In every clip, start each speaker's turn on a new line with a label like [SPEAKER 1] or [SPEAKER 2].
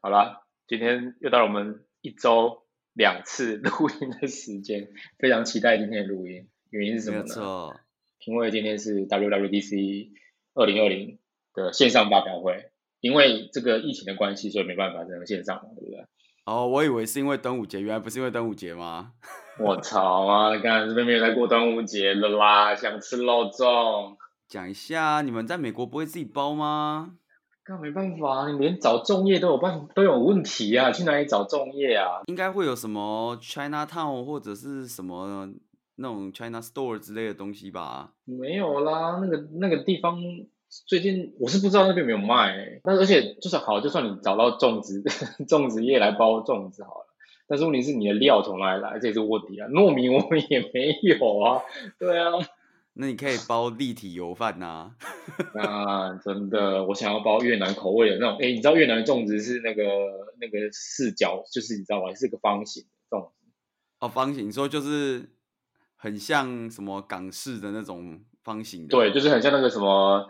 [SPEAKER 1] 好啦，今天又到了我们一周两次 录音的时间，非常期待今天的录音。原因是什
[SPEAKER 2] 没
[SPEAKER 1] 么
[SPEAKER 2] 有
[SPEAKER 1] 呢？
[SPEAKER 2] 错，
[SPEAKER 1] 因为今天是 WWDC 二零二零的线上发表会，因为这个疫情的关系，所以没办法只能线上嘛，对不对？
[SPEAKER 2] 哦，我以为是因为端午节，原来不是因为端午节吗？
[SPEAKER 1] 我操啊！看这边没有在过端午节了啦，想吃肉粽，
[SPEAKER 2] 讲一下，你们在美国不会自己包吗？
[SPEAKER 1] 那没办法，啊你连找粽叶都有办都有问题啊！去哪里找粽叶啊？
[SPEAKER 2] 应该会有什么 China Town 或者是什么那种 China Store 之类的东西吧？
[SPEAKER 1] 没有啦，那个那个地方最近我是不知道那边有没有卖、欸，但而且就算好，就算你找到粽子 粽子叶来包粽子好了，但是问题是你的料从哪里来？这也是问题啊！糯米我们也没有啊，对啊，
[SPEAKER 2] 那你可以包立体油饭啊呐、
[SPEAKER 1] 那真的我想要包越南口味的那种，哎、你知道越南粽子是那个那个四角，就是你知道吗？是个方形的粽子，
[SPEAKER 2] 哦，方形，你说就是很像什么港式的那种方形的，
[SPEAKER 1] 对，就是很像那个什么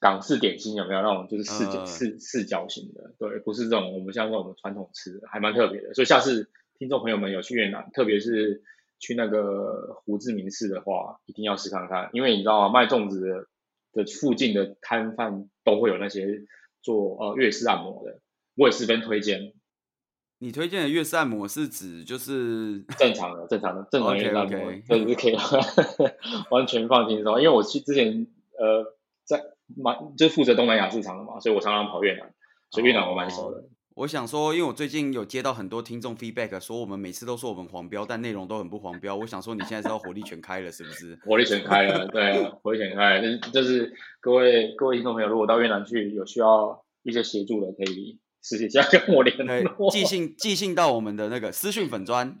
[SPEAKER 1] 港式点心，有没有那种就是四角、
[SPEAKER 2] 呃
[SPEAKER 1] 四四角形的？对，不是这种我们像这种传统吃的，还蛮特别的。所以下次听众朋友们有去越南，特别是去那个胡志明市的话，一定要试看看，因为你知道吗？卖粽子的的附近的摊贩都会有那些做呃粤式按摩的，我也十分推荐。
[SPEAKER 2] 你推荐的粤式按摩是指就是
[SPEAKER 1] 正常的，正常的，正常
[SPEAKER 2] OK，
[SPEAKER 1] 运动
[SPEAKER 2] OK
[SPEAKER 1] 这是可以 完全放轻松。因为我去之前呃在蛮就是负责东南亚市场的嘛，所以我常常跑越南，所以越南我蛮熟的。
[SPEAKER 2] 哦我想说，因为我最近有接到很多听众 feedback，说我们每次都说我们黄标，但内容都很不黄标。我想说，你现在是要火力全开了，是 不是？
[SPEAKER 1] 火力全开了，对，啊火力全开了。就是就是各位各位听众朋友，如果到越南去有需要一些协助的，可以私底下 跟我联
[SPEAKER 2] 对
[SPEAKER 1] 络。，
[SPEAKER 2] 寄信寄信到我们的那个私讯粉砖，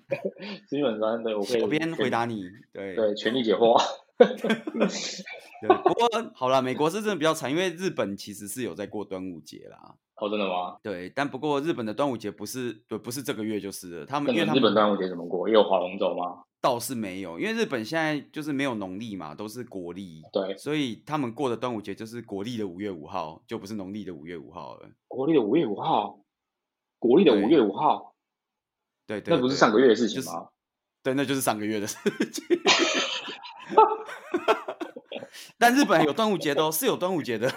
[SPEAKER 1] 基本上 对我可以
[SPEAKER 2] 小编回
[SPEAKER 1] 全
[SPEAKER 2] 答你。对
[SPEAKER 1] 对全力解惑。
[SPEAKER 2] 对，不过好啦，美国是真的比较惨，因为日本其实是有在过端午节啦。
[SPEAKER 1] 哦，真的吗？
[SPEAKER 2] 对，但不过日本的端午节不是对，不是这个月就是了。他们
[SPEAKER 1] 那
[SPEAKER 2] 因
[SPEAKER 1] 你们
[SPEAKER 2] 为他
[SPEAKER 1] 日本
[SPEAKER 2] 们
[SPEAKER 1] 端午节怎么过？也有划龙舟吗？
[SPEAKER 2] 倒是没有，因为日本现在就是没有农历嘛，都是国历，
[SPEAKER 1] 对，
[SPEAKER 2] 所以他们过的端午节就是国历的五月五号，就不是农历的五月五号了。
[SPEAKER 1] 国历的五月五号，国历的五
[SPEAKER 2] 对
[SPEAKER 1] 月五号。
[SPEAKER 2] 对对，
[SPEAKER 1] 那不是
[SPEAKER 2] 对
[SPEAKER 1] 上个月的事
[SPEAKER 2] 就
[SPEAKER 1] 情
[SPEAKER 2] 是
[SPEAKER 1] 吗？
[SPEAKER 2] 对，那就是上个月的事情。 但日本有端午节的哦，是有端午节的。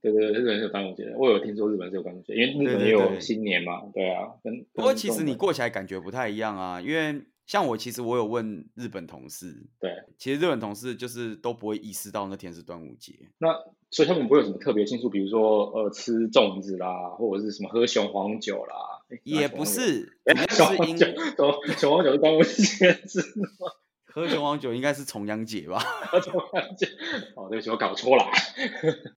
[SPEAKER 1] 对对对，日本是有端午节的，我有听说日本是有端午节，因为日
[SPEAKER 2] 对
[SPEAKER 1] 本
[SPEAKER 2] 对
[SPEAKER 1] 也有
[SPEAKER 2] 对
[SPEAKER 1] 新年嘛，对啊。跟
[SPEAKER 2] 不过
[SPEAKER 1] 跟
[SPEAKER 2] 其
[SPEAKER 1] 中
[SPEAKER 2] 实你
[SPEAKER 1] 国
[SPEAKER 2] 过起来感觉不太一样啊，因为像我其实我有问日本同事，
[SPEAKER 1] 对，
[SPEAKER 2] 其实日本同事就是都不会意识到那天是端午节。
[SPEAKER 1] 所以他们不会有什么特别庆祝，比如说呃吃粽子啦，或者是什么喝熊黄酒啦，诶
[SPEAKER 2] 也不， 是，主
[SPEAKER 1] 哪
[SPEAKER 2] 要
[SPEAKER 1] 熊
[SPEAKER 2] 是
[SPEAKER 1] 黄
[SPEAKER 2] 因
[SPEAKER 1] 酒诶熊黄酒，熊熊黄酒是端午节吃的
[SPEAKER 2] 喝雄黄酒应该是重阳节吧？
[SPEAKER 1] 吗，熊黄酒。哦，对不起，我搞错啦。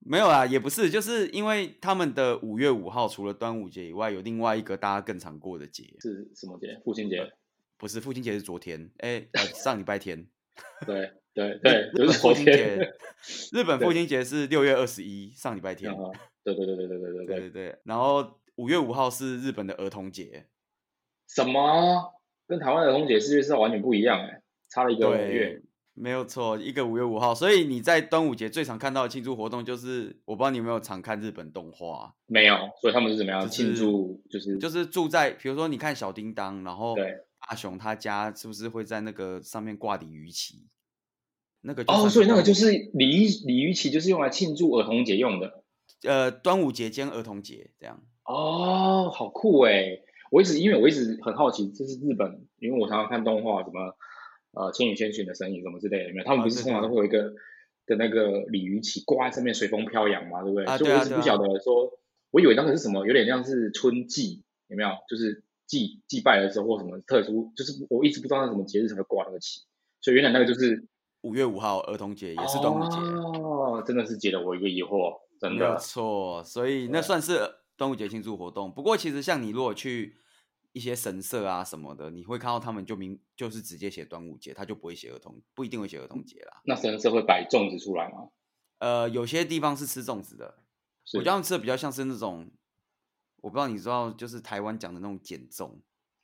[SPEAKER 2] 没有啦，也不是，就是因为他们的五月五号除了端午节以外，有另外一个大家更常过的节，
[SPEAKER 1] 是什么节？父亲节。
[SPEAKER 2] 不是父亲节是昨天，哎、呃上礼拜天，
[SPEAKER 1] 对对对，就
[SPEAKER 2] 日本
[SPEAKER 1] 是昨
[SPEAKER 2] 父亲
[SPEAKER 1] 天。
[SPEAKER 2] 节，日本父亲节是六月二十一，上礼拜天
[SPEAKER 1] 然。后啊对对对对对对嗯对
[SPEAKER 2] 对
[SPEAKER 1] 对。
[SPEAKER 2] 对对，然后五月五号是日本的儿童节，
[SPEAKER 1] 什么？跟台湾的红姐四月四号完全不一样哎、差了一个月。
[SPEAKER 2] 对，没有错，一个五月五号。所以你在端午节最常看到的庆祝活动就是，我不知道你有没有常看日本动画，
[SPEAKER 1] 没有，所以他们是怎么样
[SPEAKER 2] 就是
[SPEAKER 1] 庆祝？就是
[SPEAKER 2] 就是住在，比如说你看小叮当，然后
[SPEAKER 1] 对
[SPEAKER 2] 大雄他家是不是会在那个上面挂鲤鱼旗？那个就
[SPEAKER 1] 哦，
[SPEAKER 2] 算
[SPEAKER 1] 所以那个
[SPEAKER 2] 端午
[SPEAKER 1] 就是鲤鱼鲤鱼旗，就是用来庆祝儿童节用的。
[SPEAKER 2] 呃端午节兼儿童节这样。
[SPEAKER 1] 哦，好酷哎！我一直因为我一直很好奇，就是日本，因为我常常看动画，什么呃《千与千寻》的身影什么之类的，有没有？他们
[SPEAKER 2] 啊
[SPEAKER 1] 不是
[SPEAKER 2] 对
[SPEAKER 1] 通常
[SPEAKER 2] 对
[SPEAKER 1] 都会有一个的那个鲤鱼旗挂在上面，随风飘扬嘛，对不对？
[SPEAKER 2] 啊
[SPEAKER 1] 所以
[SPEAKER 2] 对
[SPEAKER 1] 我
[SPEAKER 2] 啊
[SPEAKER 1] 一直
[SPEAKER 2] 对
[SPEAKER 1] 不
[SPEAKER 2] 啊
[SPEAKER 1] 晓得说，我以为那个是什么，有点像是春季，有没有？就是祭祭拜的时候或什么特殊，就是我一直不知道那什么节日才会挂那个旗，所以原来那个就是。
[SPEAKER 2] 五月五号儿童节也是端午节，
[SPEAKER 1] 哦，真的是解了我一个疑惑，真
[SPEAKER 2] 没有
[SPEAKER 1] 的。
[SPEAKER 2] 错，所以那
[SPEAKER 1] 对
[SPEAKER 2] 算是端午节庆祝活动。不过其实像你如果去一些神社啊什么的，你会看到他们就明就是直接写端午节，他就不会写儿童，不一定会写儿童
[SPEAKER 1] 嗯
[SPEAKER 2] 节啦。
[SPEAKER 1] 那神社会摆粽子出来吗？
[SPEAKER 2] 呃，有些地方是吃粽子的，
[SPEAKER 1] 是
[SPEAKER 2] 我觉得他们吃的比较像是那种，我不知道你知道，就是台湾讲的那种减粽。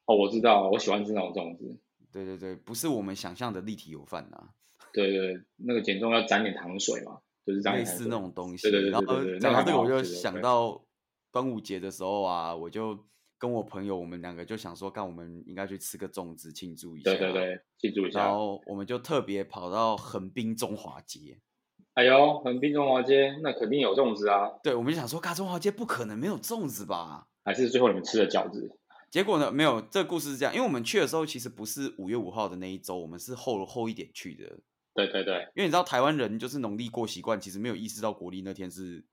[SPEAKER 1] 哦，我知道，我喜欢吃那种粽子。
[SPEAKER 2] 对对对，不是我们想象的立体油饭啊，
[SPEAKER 1] 对对，对那个减重要沾点糖水嘛，就是沾
[SPEAKER 2] 类
[SPEAKER 1] 点糖
[SPEAKER 2] 似
[SPEAKER 1] 水。
[SPEAKER 2] 那种东西。
[SPEAKER 1] 对对对
[SPEAKER 2] 然
[SPEAKER 1] 对
[SPEAKER 2] 后
[SPEAKER 1] 对对那
[SPEAKER 2] 讲
[SPEAKER 1] 个
[SPEAKER 2] 到
[SPEAKER 1] 还
[SPEAKER 2] 这个，
[SPEAKER 1] 蛮好
[SPEAKER 2] 我就
[SPEAKER 1] 吃的
[SPEAKER 2] 想
[SPEAKER 1] 对
[SPEAKER 2] 到端午节的时候啊，我就跟我朋友，我们两个就想说，干，我们应该去吃个粽子庆祝一下。
[SPEAKER 1] 对对。对，记住一
[SPEAKER 2] 啊然
[SPEAKER 1] 下。
[SPEAKER 2] 后我们就特别跑到横滨中华街，
[SPEAKER 1] 哎呦，横滨中华街那肯定有粽子啊，
[SPEAKER 2] 对，我们就想说，嘎，中华街不可能没有粽子吧？
[SPEAKER 1] 还是最后你们吃的饺子？
[SPEAKER 2] 结果呢，没有。这个故事是这样，因为我们去的时候其实不是五月五号的那一周，我们是后后一点去的，
[SPEAKER 1] 对对对，
[SPEAKER 2] 因为你知道台湾人就是农历过习惯，其实没有意识到国历那天是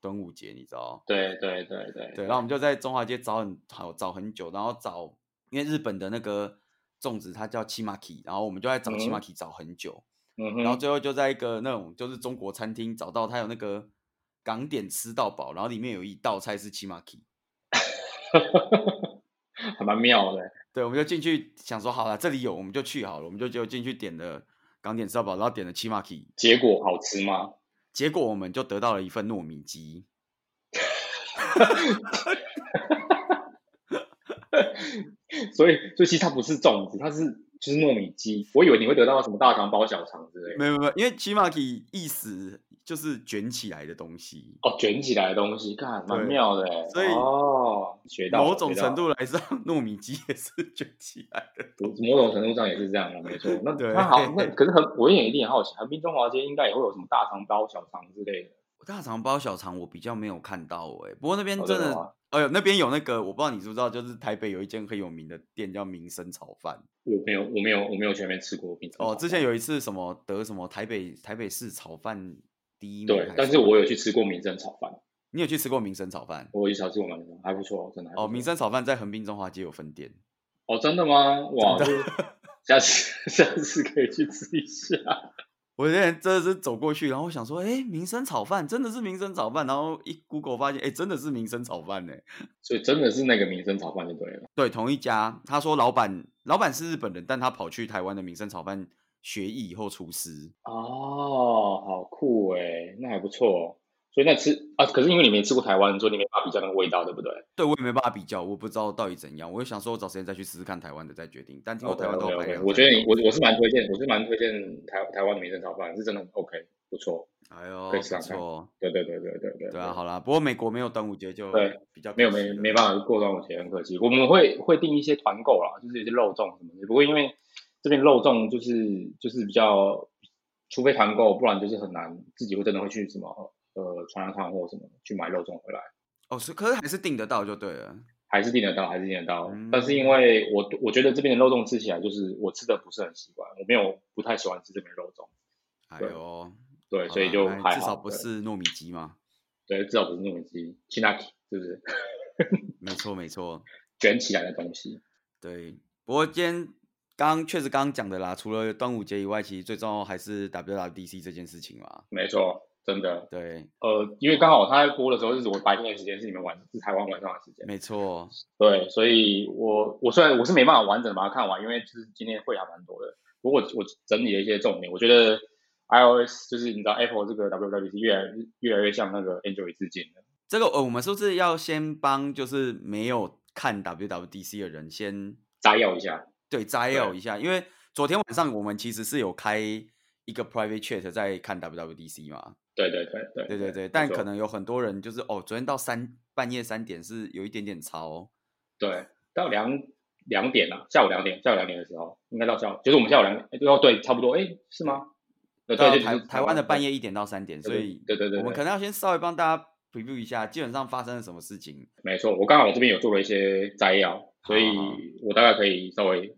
[SPEAKER 2] 端午节，你知道？
[SPEAKER 1] 对对对对
[SPEAKER 2] 对，然后我们就在中华街找很好找很久，然后找因为日本的那个粽子它叫 chimaki，然后我们就在找
[SPEAKER 1] 嗯
[SPEAKER 2] chimaki 找很久，
[SPEAKER 1] 嗯
[SPEAKER 2] 然后
[SPEAKER 1] 哼，
[SPEAKER 2] 最后就在一个那种就是中国餐厅找到它有那个港点吃到饱，然后里面有一道菜是 chimaki，
[SPEAKER 1] 还蛮妙的。
[SPEAKER 2] 对，我们就进去想说好了，这里有我们就去好了，我们就就进去点了港点吃到饱，然后点了 chimaki，
[SPEAKER 1] 结果好吃吗？
[SPEAKER 2] 结果我们就得到了一份糯米鸡。
[SPEAKER 1] 所以，所以其实它不是粽子，它是就是糯米鸡。我以为你会得到什么大肠包小肠之类的，
[SPEAKER 2] 没有没有，没有因为 chimaki 意思就是卷起来的东西，
[SPEAKER 1] 哦，卷起来的东西，看蛮
[SPEAKER 2] 对
[SPEAKER 1] 妙的欸。
[SPEAKER 2] 所以
[SPEAKER 1] 哦，学到了
[SPEAKER 2] 某种
[SPEAKER 1] 学到
[SPEAKER 2] 程
[SPEAKER 1] 了
[SPEAKER 2] 度来上， 糯米鸡也是卷起来的。
[SPEAKER 1] 不某种程度上也是这样的，没错。那
[SPEAKER 2] 对
[SPEAKER 1] 那好， 那可是很，我也一定很好奇，横滨中华街应该也会有什么大肠包小肠之类的。
[SPEAKER 2] 大肠包小肠我比较没有看到哎、不过那边
[SPEAKER 1] 哦
[SPEAKER 2] 真
[SPEAKER 1] 真的
[SPEAKER 2] 的
[SPEAKER 1] 吗，
[SPEAKER 2] 哎呦，那边有那个我不知道你知不知道，就是台北有一间很有名的店叫民生炒饭
[SPEAKER 1] 我没有，我没有，我没有去那边吃过冰
[SPEAKER 2] 哦。之前有一次什么得什么台北台北市炒饭第一名还什
[SPEAKER 1] 对
[SPEAKER 2] 么，，
[SPEAKER 1] 但是我有去吃过民生炒饭，
[SPEAKER 2] 你有去吃过民生炒饭
[SPEAKER 1] 我有去小吃过蛮还不错，真的还不
[SPEAKER 2] 哦？
[SPEAKER 1] 错
[SPEAKER 2] 民生炒饭在横滨中华街有分店。
[SPEAKER 1] 哦，真的吗？哇，这 下次 下次可以去吃一下。
[SPEAKER 2] 我那天真的是走过去，然后我想说，哎、民生炒饭真的是民生炒饭，然后一 Google 发现，哎、真的是民生炒饭呢、
[SPEAKER 1] 所以真的是那个民生炒饭就对了。
[SPEAKER 2] 对，同一家，他说老板老板是日本人，但他跑去台湾的民生炒饭学艺以后厨师，
[SPEAKER 1] 哦，好酷哎，那还不错。所以那吃啊，可是因为你没吃过台湾，所以你没办法比较那个味道，对不对？
[SPEAKER 2] 对我也没办法比较，我不知道到底怎样，我就想说我找时间再去试试看台湾的再决定，但听说
[SPEAKER 1] OK
[SPEAKER 2] 台湾哦都
[SPEAKER 1] OK
[SPEAKER 2] 有排
[SPEAKER 1] OK，
[SPEAKER 2] 两
[SPEAKER 1] 哦我
[SPEAKER 2] 三
[SPEAKER 1] 觉得你
[SPEAKER 2] 周
[SPEAKER 1] 我我是蛮推荐，我是蛮推荐台台湾的民生炒饭，是真的很 OK，不错。
[SPEAKER 2] 哎呦
[SPEAKER 1] 可
[SPEAKER 2] 不
[SPEAKER 1] 以试看看
[SPEAKER 2] 错，
[SPEAKER 1] 对对对对对对
[SPEAKER 2] 对啊，，好啦，不过美国没有端午节就
[SPEAKER 1] 对
[SPEAKER 2] 比较
[SPEAKER 1] 没有
[SPEAKER 2] 可惜
[SPEAKER 1] 没
[SPEAKER 2] 了
[SPEAKER 1] 没办法过端午节，很可惜。我们会会订一些团购啦，就是有些肉粽什么的。不过因为这边肉粽就是就是比较，除非团购，不然就是很难自己会真的会去什么呃传粮堂或什么去买肉粽回来。
[SPEAKER 2] 哦是，可是还是订得到就对了，
[SPEAKER 1] 还是订得到，还是订得到。
[SPEAKER 2] 嗯
[SPEAKER 1] 但是因为我我觉得这边的肉粽吃起来就是我吃的不是很习惯，我没有不太喜欢吃这边的肉粽，
[SPEAKER 2] 哎
[SPEAKER 1] 对
[SPEAKER 2] 呦，
[SPEAKER 1] 对，
[SPEAKER 2] 好
[SPEAKER 1] 所以
[SPEAKER 2] 啦
[SPEAKER 1] 就
[SPEAKER 2] 哎
[SPEAKER 1] 还好。
[SPEAKER 2] 至少不
[SPEAKER 1] 对
[SPEAKER 2] 是糯米鸡嘛，
[SPEAKER 1] 对，至少不是糯米鸡 c h i n a k i 是不是
[SPEAKER 2] 没错没错，
[SPEAKER 1] 卷起来的东西？
[SPEAKER 2] 对，不过今天刚刚确实刚刚讲的啦，除了端午节以外，其实最重要还是 WWDC 这件事情嘛。
[SPEAKER 1] 没错，真的。
[SPEAKER 2] 对，
[SPEAKER 1] 呃，因为刚好他在播的时候是我白天的时间，是你们晚是台湾晚上的时间，
[SPEAKER 2] 没错，
[SPEAKER 1] 对，所以我我虽然我是没办法完整地把它看完，因为就是今天会还蛮多的，不过我我整理了一些重点，我觉得 iOS 就是你知道 Apple 这个 WWDC 越来越来越向那个 Android 致敬了。
[SPEAKER 2] 这个呃，我们是不是要先帮就是没有看 WWDC 的人先
[SPEAKER 1] 摘要一下。
[SPEAKER 2] 对摘要
[SPEAKER 1] 对
[SPEAKER 2] 一下？因为昨天晚上我们其实是有开一个 private chat 在看 WWDC 嘛，
[SPEAKER 1] 对对对对
[SPEAKER 2] 对对对，
[SPEAKER 1] 没
[SPEAKER 2] 但
[SPEAKER 1] 错
[SPEAKER 2] 可能有很多人就是哦，昨天到三半夜三点是有一点点超，
[SPEAKER 1] 对到两两点啊，下午两点，下午两点的时候应该到下午，就是我们下午两点，哦对，差不多，哎是吗？对
[SPEAKER 2] 到
[SPEAKER 1] 呃对对，
[SPEAKER 2] 台
[SPEAKER 1] 就是
[SPEAKER 2] 台湾的半
[SPEAKER 1] 夜，
[SPEAKER 2] 夜一点到三点，所
[SPEAKER 1] 对
[SPEAKER 2] 以
[SPEAKER 1] 对对对，
[SPEAKER 2] 我们
[SPEAKER 1] 对
[SPEAKER 2] 可能要先稍微帮大家 preview 一下，基本上发生了什么事情。
[SPEAKER 1] 没错，我刚好我这边有做了一些摘要，所以
[SPEAKER 2] 好好好
[SPEAKER 1] 我大概可以稍微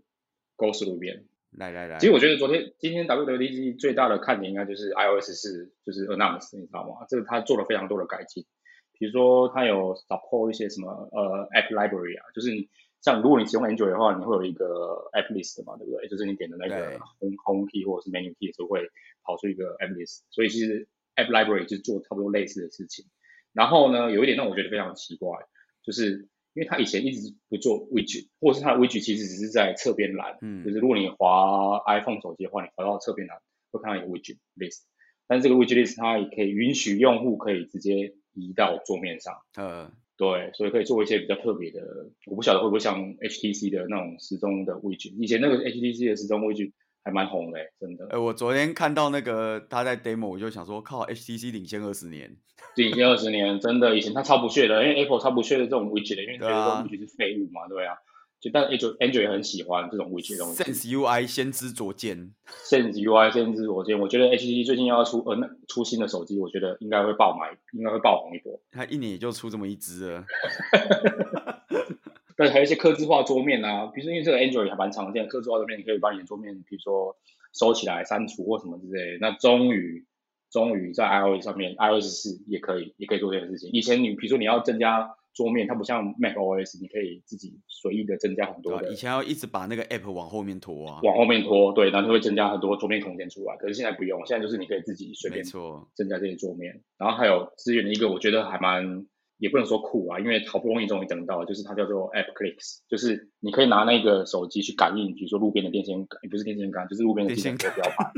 [SPEAKER 1] go through 一遍。
[SPEAKER 2] 来来来，
[SPEAKER 1] 其实我觉得昨天今天 WWDC 最大的看点应该就是 iOS 是就是 announce，你知道吗？这个它做了非常多的改进，比如说它有 support 一些什么呃 app library 啊，就是你像如果你使用 Android 的话，你会有一个 app list 嘛，对不对？就是你点的那
[SPEAKER 2] 对
[SPEAKER 1] 个 home home key 或者是 menu key 就会跑出一个 app list，所以其实 app library 就做差不多类似的事情。然后呢，有一点让我觉得非常奇怪，就是因为它以前一直不做 widget，或者是它的 widget 其实只是在侧边栏。
[SPEAKER 2] 嗯
[SPEAKER 1] 就是如果你滑 iPhone 手机的话，你滑到侧边栏会看到一个 widget list，但是这个 widget list 它也可以允许用户可以直接移到桌面上，
[SPEAKER 2] 呃，
[SPEAKER 1] 对，所以可以做一些比较特别的，我不晓得会不会像 HTC 的那种时钟的 widget，以前那个 HTC 的时钟 widget 还还蛮红的、真的。
[SPEAKER 2] 呃，我昨天看到那个他在 demo，我就想说，靠，HTC 领先二十年，
[SPEAKER 1] 领先二十年，真的，以前他超不屑的，因为 Apple 超不屑的这种 widget 的，因为觉
[SPEAKER 2] 对
[SPEAKER 1] 得这种
[SPEAKER 2] 啊
[SPEAKER 1] widget 是废物嘛，对啊。就但 Android Android 也很喜欢这种 widget 的东西
[SPEAKER 2] Sense UI 先知灼见，
[SPEAKER 1] ，Sense UI 甚至我觉得，我觉得 HTC 最近要出呃那出新的手机，我觉得应该会爆买，应该会爆红一波。
[SPEAKER 2] 他一年也就出这么一只了。
[SPEAKER 1] 但是还有一些刻字化桌面啊，比如说因为这个 Android 还蛮常见，刻字化桌面你可以把你的桌面，比如说收起来、删除或什么之类的。那终于，终于在 iOS 上面，iOS 四也可以，也可以做这件事情。以前你比如说你要增加桌面，它不像 macOS，你可以自己随意的增加很
[SPEAKER 2] 对
[SPEAKER 1] 多
[SPEAKER 2] 吧？
[SPEAKER 1] 的
[SPEAKER 2] 以，前要一直把那个 app 往后面拖啊，
[SPEAKER 1] 往后面拖，对，然后就会增加很多桌面空间出来。可是现在不用，现在就是你可以自己随
[SPEAKER 2] 没
[SPEAKER 1] 便
[SPEAKER 2] 错，
[SPEAKER 1] 增加这些桌面，然后还有支援的一个，我觉得还蛮也不能说酷啊，因为好不容易终于等到了，就是它叫做 App Clicks，就是你可以拿那个手机去感应，比如说路边的电线杆，也不是电线杆，就是路边的
[SPEAKER 2] 电
[SPEAKER 1] 计
[SPEAKER 2] 线
[SPEAKER 1] 程车标牌，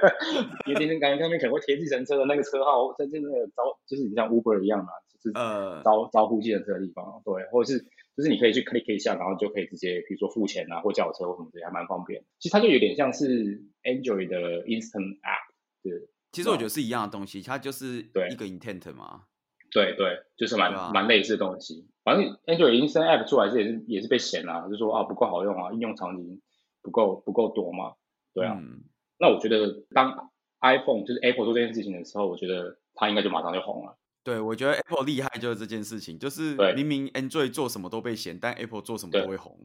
[SPEAKER 1] 因为电线杆上面可能会贴计程车的那个车号，在这个招就是你像 Uber 一样嘛，就是
[SPEAKER 2] 呃，
[SPEAKER 1] 招招呼计程车的地方，对，或者是就是你可以去 click 一下，然后就可以直接，比如说付钱啊，或叫车或什么之类，还蛮方便。其实它就有点像是 Android 的 Instant App 的
[SPEAKER 2] 其实我觉得是一样的东西，它就是
[SPEAKER 1] 对
[SPEAKER 2] 一个 intent 嘛。
[SPEAKER 1] 对对，就是
[SPEAKER 2] 对啊
[SPEAKER 1] 蛮蛮类似的东西。反正 Android 已经生 App 出来之后也是也是被嫌啦、就说啊不够好用啊，应用场景不够不够多嘛。对啊，
[SPEAKER 2] 嗯，
[SPEAKER 1] 那我觉得当 iPhone 就是 Apple 做这件事情的时候，我觉得它应该就马上就红了。
[SPEAKER 2] 对，我觉得 Apple 厉害就是这件事情，就是
[SPEAKER 1] 对
[SPEAKER 2] 明明 Android 做什么都被嫌，但 Apple 做什么
[SPEAKER 1] 对
[SPEAKER 2] 都会红，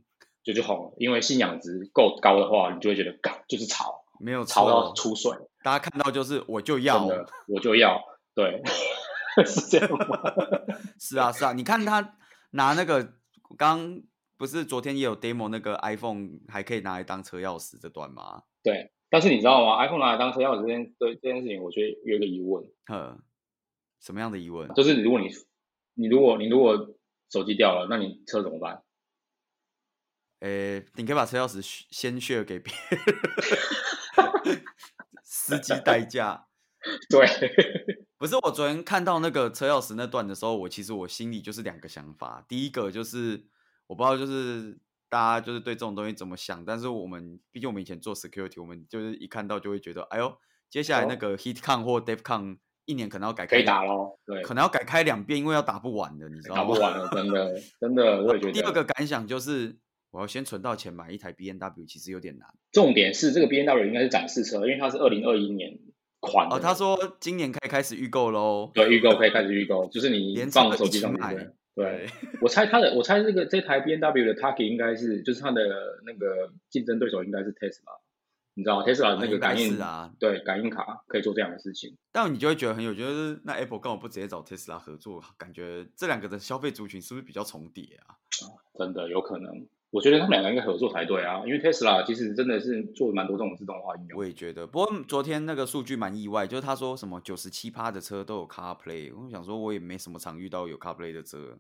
[SPEAKER 1] 就就红了，因为信仰值够高的话，你就会觉得，嘎，就是潮，
[SPEAKER 2] 没有
[SPEAKER 1] 潮到
[SPEAKER 2] 错。
[SPEAKER 1] 出水，
[SPEAKER 2] 大家看到就是我就
[SPEAKER 1] 真
[SPEAKER 2] 要，
[SPEAKER 1] 的，我就要，对， 是这样吗？
[SPEAKER 2] 是啊是啊，你看他拿那个刚不是昨天也有 demo 那个 iPhone 还可以拿来当车钥匙这段吗？
[SPEAKER 1] 对，但是你知道吗？iPhone 拿来当车钥匙这件对这件事情，我觉得有一个疑问，
[SPEAKER 2] 呵，什么样的疑问？啊
[SPEAKER 1] 就是如果你你如果你如果手机掉了，那你车怎么办？
[SPEAKER 2] 诶，你可以把车钥匙 sh- 先 share 给别人， 司机代驾。
[SPEAKER 1] 对，
[SPEAKER 2] 不是我昨天看到那个车钥匙那段的时候，我其实我心里就是两个想法。第一个就是我不知道，就是大家就是对这种东西怎么想，但是我们毕竟我们以前做 security，我们就是一看到就会觉得，哎呦，接下来那
[SPEAKER 1] 哦
[SPEAKER 2] 个 hitcon 或 devcon 一年可能要改
[SPEAKER 1] 可
[SPEAKER 2] 开
[SPEAKER 1] 以打
[SPEAKER 2] 两，
[SPEAKER 1] 咯，对，
[SPEAKER 2] 可能要改开两遍，因为要打不完的，你知道吗？
[SPEAKER 1] 打不完了，真的，真的，我也觉得。
[SPEAKER 2] 第二个感想就是，我要先存到钱买一台 B N W，其实有点难。
[SPEAKER 1] 重点是这个 B N W 应该是展示车，因为它是二零二一年款的。
[SPEAKER 2] 哦，他说今年可以开始预购喽。
[SPEAKER 1] 对预购可以开始预购，就是你
[SPEAKER 2] 连
[SPEAKER 1] 放
[SPEAKER 2] 车
[SPEAKER 1] 手
[SPEAKER 2] 一
[SPEAKER 1] 机
[SPEAKER 2] 起
[SPEAKER 1] 上
[SPEAKER 2] 买
[SPEAKER 1] 面的。对，，我猜它的，我猜这个这台 B N W 的 Target 应该是，就是它的那个竞争对手应该是 Tesla，你知道吗 Tesla 那
[SPEAKER 2] 应
[SPEAKER 1] 个
[SPEAKER 2] 该
[SPEAKER 1] 感应
[SPEAKER 2] 是，啊，
[SPEAKER 1] 对感应卡可以做这样的事情。
[SPEAKER 2] 但你就会觉得很有趣，就是那 Apple 干嘛不直接找 Tesla 合作？啊感觉这两个的消费族群是不是比较重叠啊？
[SPEAKER 1] 真的有可能。我觉得他们两个应该合作才对啊，因为 Tesla 其实真的是做蛮多这种自动化应用。
[SPEAKER 2] 我也觉得，不过嗯昨天那个数据蛮意外，就是他说什么九十七趴的车都有 CarPlay，我想说我也没什么常遇到有 CarPlay 的车。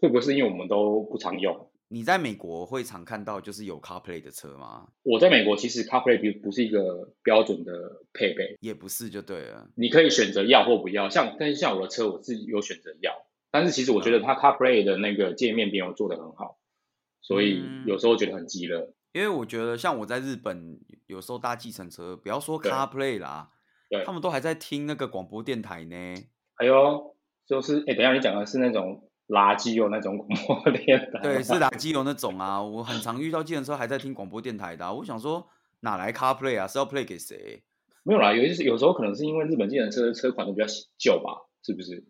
[SPEAKER 1] 会不会是因为我们都不常用？
[SPEAKER 2] 你在美国会常看到就是有 CarPlay 的车吗？
[SPEAKER 1] 我在美国其实 CarPlay 不不是一个标准的配备，
[SPEAKER 2] 也不是就对了。
[SPEAKER 1] 你可以选择要或不要。像但是像我的车，我自己有选择要，但是其实我觉
[SPEAKER 2] 嗯
[SPEAKER 1] 得它 CarPlay 的那个界面没有做得很好，所以
[SPEAKER 2] 嗯
[SPEAKER 1] 有时候觉得很鸡肋。
[SPEAKER 2] 因为我觉得像我在日本有时候搭计程车，不要说
[SPEAKER 1] 对
[SPEAKER 2] CarPlay 啦
[SPEAKER 1] 对，
[SPEAKER 2] 他们都还在听那个广播电台呢。
[SPEAKER 1] 还有就是哎，等一下你讲的是那种垃圾哦，那种广播电 台吗，
[SPEAKER 2] 对，是打机油那种啊，我很常遇到计程车还在听广播电台的啊、我想说哪来 CarPlay 啊？是要 play 给谁？
[SPEAKER 1] 没有啦，有一些有时候可能是因为日本计程车的车款都比较旧吧，是不是？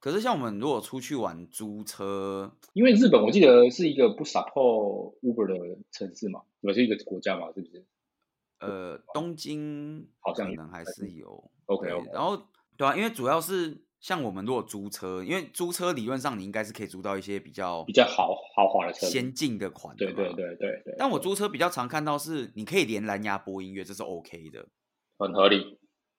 [SPEAKER 2] 可是像我们如果出去玩租车，
[SPEAKER 1] 因为日本我记得是一个不 support Uber 的城市嘛，也是一个国家嘛，是不是
[SPEAKER 2] 呃，东京
[SPEAKER 1] 好像
[SPEAKER 2] 可
[SPEAKER 1] 有
[SPEAKER 2] 能还是有。
[SPEAKER 1] ？OK
[SPEAKER 2] 对
[SPEAKER 1] OK，
[SPEAKER 2] 然后对啊，因为主要是像我们如果租车，因为租车理论上你应该是可以租到一些比较
[SPEAKER 1] 比较豪豪华的车子，
[SPEAKER 2] 先进的款的
[SPEAKER 1] 对对
[SPEAKER 2] 嘛。
[SPEAKER 1] 对对对，
[SPEAKER 2] 但我租车比较常看到是你可以连蓝牙播音乐，这是 OK 的。
[SPEAKER 1] 很合理，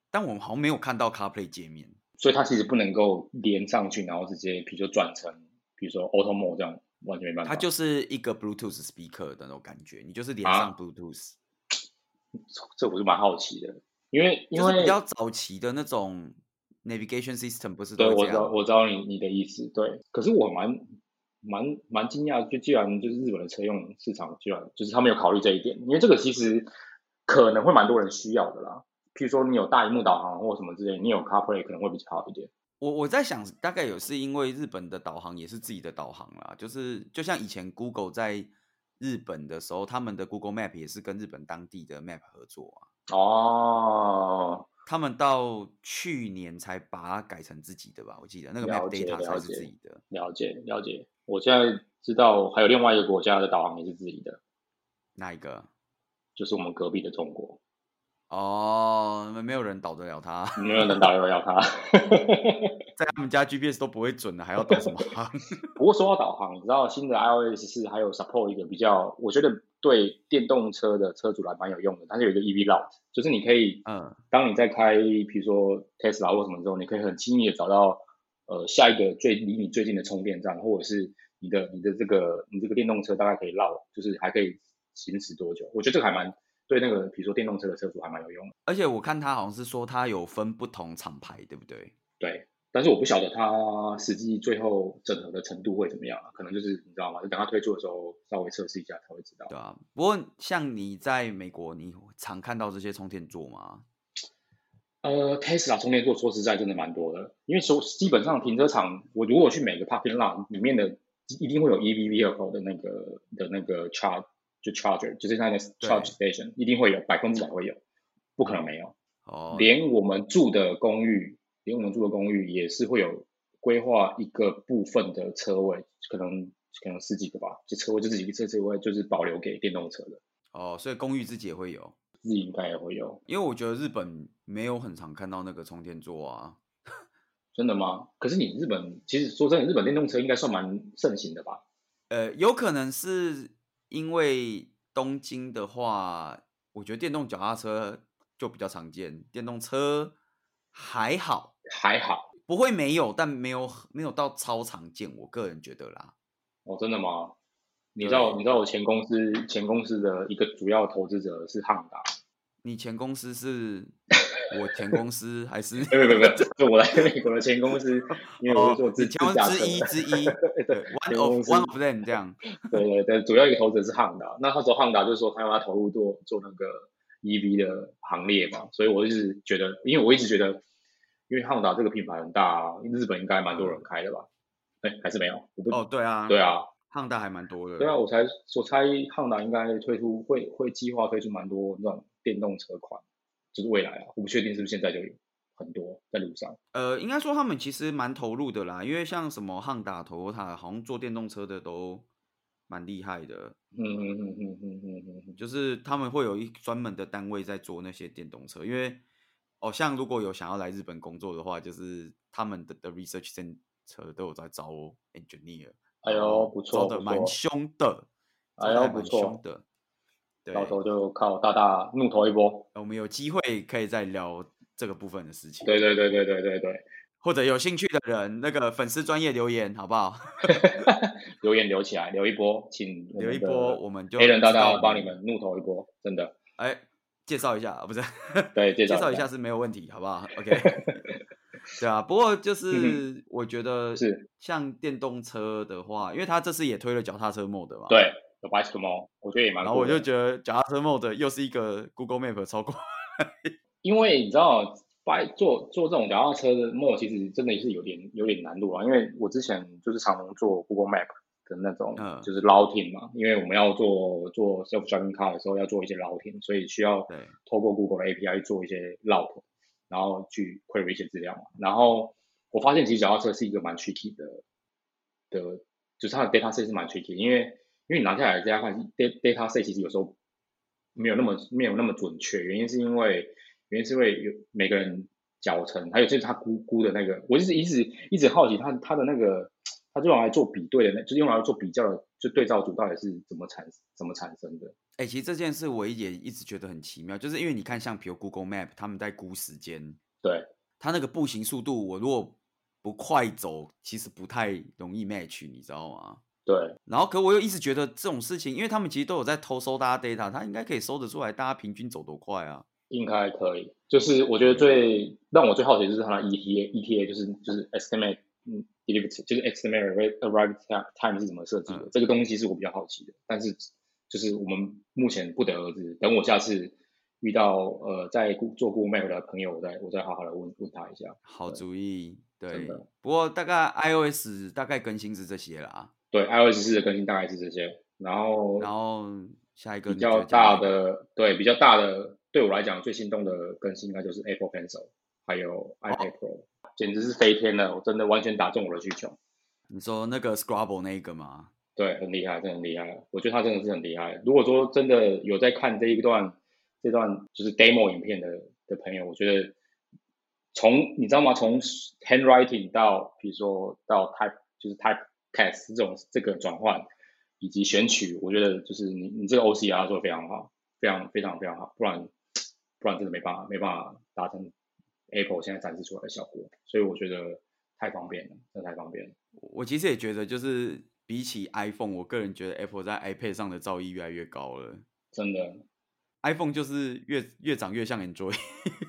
[SPEAKER 2] 但我们好像没有看到 CarPlay 界面。
[SPEAKER 1] 所以它其实不能够连上去，然后直接比如说转成，比如说 Auto Mode 这样，完全没办法。
[SPEAKER 2] 它就是一个 Bluetooth speaker 的那种感觉，你就是连上
[SPEAKER 1] 啊
[SPEAKER 2] Bluetooth，、
[SPEAKER 1] 这我是蛮好奇的，因为因
[SPEAKER 2] 就
[SPEAKER 1] 为
[SPEAKER 2] 是比较早期的那种 navigation system，不是
[SPEAKER 1] 对
[SPEAKER 2] 都会
[SPEAKER 1] 我
[SPEAKER 2] 这
[SPEAKER 1] 知道
[SPEAKER 2] 样？
[SPEAKER 1] 我知道你你的意思，对。可是我蛮蛮蛮惊讶，就居然就是日本的车用市场居然就是他们有考虑这一点，因为这个其实可能会蛮多人需要的啦。譬如说你有大荧幕导航或什么之类，你有 CarPlay 可能会比较好一点。
[SPEAKER 2] 我我在想，大概有是因为日本的导航也是自己的导航啦，就是就像以前 Google 在日本的时候，他们的 Google Map 也是跟日本当地的 Map 合作啊。
[SPEAKER 1] 哦，
[SPEAKER 2] 他们到去年才把它改成自己的吧，我记得那个 Map
[SPEAKER 1] 了解
[SPEAKER 2] Data 才
[SPEAKER 1] 了
[SPEAKER 2] 是
[SPEAKER 1] 解
[SPEAKER 2] 自己的。
[SPEAKER 1] 了解了解。我现在知道还有另外一个国家的导航也是自己的，
[SPEAKER 2] 那一个？
[SPEAKER 1] 就是我们隔壁的中国，
[SPEAKER 2] 哦，没没有人导得了他，
[SPEAKER 1] 没有人导游要它。
[SPEAKER 2] 在 他们家 GPS 都不会准了，还要导什么航？
[SPEAKER 1] 不过说到导航，你知道新的 iOS 是还有 support 一个比较，我觉得对电动车的车主来蛮有用的，它是有一个 EV route，就是你可以
[SPEAKER 2] 嗯，
[SPEAKER 1] 当你在开，比如说 Tesla 或什么之后，你可以很轻易的找到呃下一个最离你最近的充电站，或者是你的你的这个你这个电动车大概可以绕，就是还可以行驶多久？我觉得这个还蛮对那个比如说电动车的车主还蛮有用的。
[SPEAKER 2] 而且我看他好像是说他有分不同厂牌，对不对？
[SPEAKER 1] 对，但是我不晓得它实际最后整合的程度会怎么样啊，可能就是你知道吗？就等它推出的时候稍微测试一下才会知道。
[SPEAKER 2] 对啊。不过像你在美国，你常看到这些充电座吗？
[SPEAKER 1] 呃，Tesla 充电座说实在真的蛮多的，因为说基本上停车场，我如果去每个 parking lot 里面的，一定会有 EV vehicle 的那个的那个 charge 就 charger，就是那个 charge station，一定会有，百分之百会有，不可能没有。
[SPEAKER 2] 哦，
[SPEAKER 1] 连我们住的公寓，连我们住的公寓也是会有规划一个部分的车位，可能可能十几个吧，这车位就自己这车位就是保留给电动车的，
[SPEAKER 2] 哦，所以公寓自己也会有，
[SPEAKER 1] 自己应该也会有。
[SPEAKER 2] 因为我觉得日本没有很常看到那个充电座啊。
[SPEAKER 1] 真的吗？可是你日本，其实说真的，日本电动车应该算蛮盛行的吧？
[SPEAKER 2] 呃，有可能是因为东京的话，我觉得电动脚踏车就比较常见，电动车还好，
[SPEAKER 1] 还好
[SPEAKER 2] 不会没有，但没有没有到超常见。我个人觉得啦，
[SPEAKER 1] 哦，真的吗？你知道，
[SPEAKER 2] 对
[SPEAKER 1] 你知道我前公司前公司的一个主要投资者是汉达，
[SPEAKER 2] 你前公 司是我前公司还是？
[SPEAKER 1] 没有没有没有，是我来美国的前公司，因为我
[SPEAKER 2] 哦
[SPEAKER 1] 是做，自
[SPEAKER 2] 你
[SPEAKER 1] 自
[SPEAKER 2] 前公
[SPEAKER 1] 驾
[SPEAKER 2] 司
[SPEAKER 1] 车
[SPEAKER 2] 之一
[SPEAKER 1] 的，
[SPEAKER 2] 之一
[SPEAKER 1] 对
[SPEAKER 2] ，one
[SPEAKER 1] 前
[SPEAKER 2] of
[SPEAKER 1] 公司
[SPEAKER 2] one of them 这样。
[SPEAKER 1] 对 对对，主要一个投资者是汉达。那那时候汉达就说他要投入做做那个 EV 的行列嘛，所以我一直觉得，因为我一直觉得，因为汉达这个品牌很大、啊，日本应该蛮多人开的吧？哎、还是没有？我不，
[SPEAKER 2] 哦，对啊，
[SPEAKER 1] 对啊，
[SPEAKER 2] 汉大还蛮多的。
[SPEAKER 1] 对啊，我才我猜汉达应该推出会会计划推出蛮多那种电动车款，就是未来啊，我不确定是不是现在就有很多在路上。
[SPEAKER 2] 呃，应该说他们其实蛮投入的啦，因为像什么汉达、Toyota，好像做电动车的都蛮厉害的，
[SPEAKER 1] 嗯嗯嗯嗯嗯嗯嗯嗯，
[SPEAKER 2] 就是他们会有一专门的单位在做那些电动车，因为哦，像如果有想要来日本工作的话，就是他们的的 research center 都有在招 engineer，
[SPEAKER 1] 哎
[SPEAKER 2] 然
[SPEAKER 1] 呦
[SPEAKER 2] 后
[SPEAKER 1] 不错
[SPEAKER 2] 招哦的
[SPEAKER 1] 不
[SPEAKER 2] 蛮
[SPEAKER 1] 错
[SPEAKER 2] 凶的，
[SPEAKER 1] 哎
[SPEAKER 2] 招得
[SPEAKER 1] 呦
[SPEAKER 2] 还
[SPEAKER 1] 不
[SPEAKER 2] 蛮
[SPEAKER 1] 错
[SPEAKER 2] 凶的，对，
[SPEAKER 1] 到时候就靠大大怒投一波。
[SPEAKER 2] 我们有机会可以再聊这个部分的事情，
[SPEAKER 1] 对对对对对对对，
[SPEAKER 2] 或者有兴趣的人，那个粉丝专业留言好不好？
[SPEAKER 1] 留言留起来，留一波，请我
[SPEAKER 2] 留
[SPEAKER 1] 们
[SPEAKER 2] 一
[SPEAKER 1] 的
[SPEAKER 2] 波，我们就
[SPEAKER 1] 黑人大
[SPEAKER 2] 知
[SPEAKER 1] 大
[SPEAKER 2] 道我
[SPEAKER 1] 帮你们怒投一波，真的。
[SPEAKER 2] 哎介绍一下，啊不是
[SPEAKER 1] 对，介
[SPEAKER 2] 介绍
[SPEAKER 1] 绍
[SPEAKER 2] 一下，是没有问题，好不好？OK，对啊，不过就是我觉得
[SPEAKER 1] 嗯是
[SPEAKER 2] 像电动车的话，因为他这次也推了脚踏车 mode 嘛，，
[SPEAKER 1] 对，The Bicycle Mode，我觉得也蛮
[SPEAKER 2] 然
[SPEAKER 1] 酷的。
[SPEAKER 2] 后我就觉得脚踏车 mode 又是一个 Google Map 超过，
[SPEAKER 1] 因为你知道，白做做这种脚踏车的 mode 其实真的是有点有点难度啊。因为我之前就是常常做 Google Map 的那种，
[SPEAKER 2] 嗯
[SPEAKER 1] 就是 routing 嘛，因为我们要做做 self driving car 的时候要做一些 routing，所以需要
[SPEAKER 2] 对
[SPEAKER 1] 透过 Google 的 API 做一些 route，然后去 query 一些资料嘛。然后我发现其实脚踏车是一个蛮 tricky 的的，就是它的 data set 是蛮 tricky，的因为因为你拿下来大家看 data data set 其实有时候没有那么没有那么准确，原因是因为原因是因为有每个人脚程，还有就是他估估的那个，我就是一直一直好奇他他的那个，他就用来做比对的那，就是用来做比较的，就对照组到底是怎么产怎么产生的。
[SPEAKER 2] 哎、其实这件事我也一直觉得很奇妙，就是因为你看，像比如 Google Map 他们在估时间，
[SPEAKER 1] 对，
[SPEAKER 2] 它那个步行速度，我如果不快走，其实不太容易 match，你知道吗？
[SPEAKER 1] 对，
[SPEAKER 2] 然后，可我又一直觉得这种事情，因为他们其实都有在偷收大家 data，他应该可以收得出来大家平均走多快啊。
[SPEAKER 1] 应该 E 可以。就是我觉得最让我最好奇的就是它的 ETA ETA 就是就是 estimate 嗯 delivery 就是 estimate arrive time 是怎么设计的，
[SPEAKER 2] 嗯
[SPEAKER 1] 这个东西是我比较好奇的，但是就是我们目前不得而知。等我下次遇到呃在顾做 Google Map 的朋友，我再我再好好的问问他一下。
[SPEAKER 2] 好主意，对
[SPEAKER 1] 的。
[SPEAKER 2] 不过大概 iOS 大概更新是这些啦，
[SPEAKER 1] 对，iOS 四的更新大概是这些，然后
[SPEAKER 2] 然后下一个
[SPEAKER 1] 比
[SPEAKER 2] 你觉得
[SPEAKER 1] 较
[SPEAKER 2] 讲哪
[SPEAKER 1] 大
[SPEAKER 2] 一个
[SPEAKER 1] 的对比较大的对我来讲最心动的更新应该就是 Apple Pencil，还
[SPEAKER 2] 哦
[SPEAKER 1] 有 iPad Pro，、简直是飞天了，我真的完全打中我的需求。
[SPEAKER 2] 你说那个 Scrabble 那一个吗？
[SPEAKER 1] 对，很厉害，真的很厉害。我觉得他真的是很厉害。如果说真的有在看这一段这段就是 demo 影片的的朋友，我觉得从你知道吗？从 handwriting 到比如说到 type 就是 type text 这种这个转换以及选取，我觉得就是你你这个 OCR 做的非常好，非常非常非常好，不然不然真的没办法没办法达成 Apple 现在展示出来的效果。所以我觉得太方便了，真的太方便了。
[SPEAKER 2] 我其实也觉得，就是比起 iPhone，我个人觉得 Apple 在 iPad 上的造诣越来越高了。
[SPEAKER 1] 真的，
[SPEAKER 2] iPhone 就是越越长越像 Android，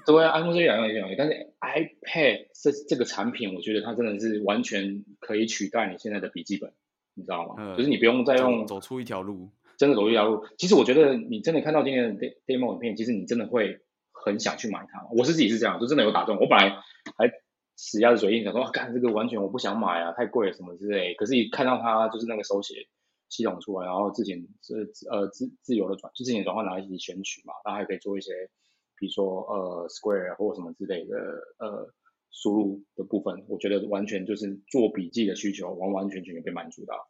[SPEAKER 1] 对啊，iPhone 这两样一样，但是 iPad 这这个产品，我觉得它真的是完全可以取代你现在的笔记本，你知道吗？
[SPEAKER 2] 嗯
[SPEAKER 1] 就是你不用再
[SPEAKER 2] 走
[SPEAKER 1] 用
[SPEAKER 2] 走出一条路。
[SPEAKER 1] 真的走一条路。其实我觉得你真的看到今天的 de- demo 影片，其实你真的会很想去买它。我是自己是这样，就真的有打中。我本来还死鸭子嘴硬，想说啊，干这个完全我不想买啊，太贵了什么之类。可是，一看到它就是那个手写系统出来，然后自己是呃自自由的转，就自己转换来一起选取嘛，然后还可以做一些，比如说呃 Square 或什么之类的呃。输入的部分，我觉得完全就是做笔记的需求，完完全全被满足到。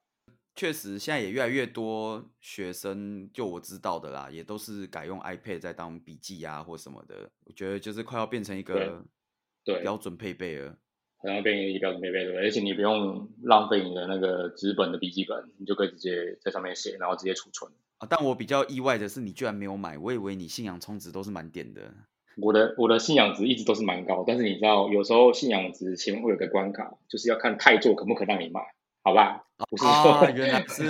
[SPEAKER 2] 确实，现在也越来越多学生，就我知道的啦，也都是改用 iPad 在当笔记啊或什么的。我觉得就是快要变成一个
[SPEAKER 1] 对，
[SPEAKER 2] 标准配备了。
[SPEAKER 1] 然后变成一个标准配备，对不对？而且你不用浪费你的那个纸本的笔记本，你就可以直接在上面写，然后直接储存。
[SPEAKER 2] 啊，但我比较意外的是，你居然没有买，我以为你信仰充值都是满点的。
[SPEAKER 1] 我的我的信仰值一直都是蛮高，但是你知道，有时候信仰值前面会有个关卡，就是要看太座可不可让你买，好吧？ 不是说、
[SPEAKER 2] 啊，原来是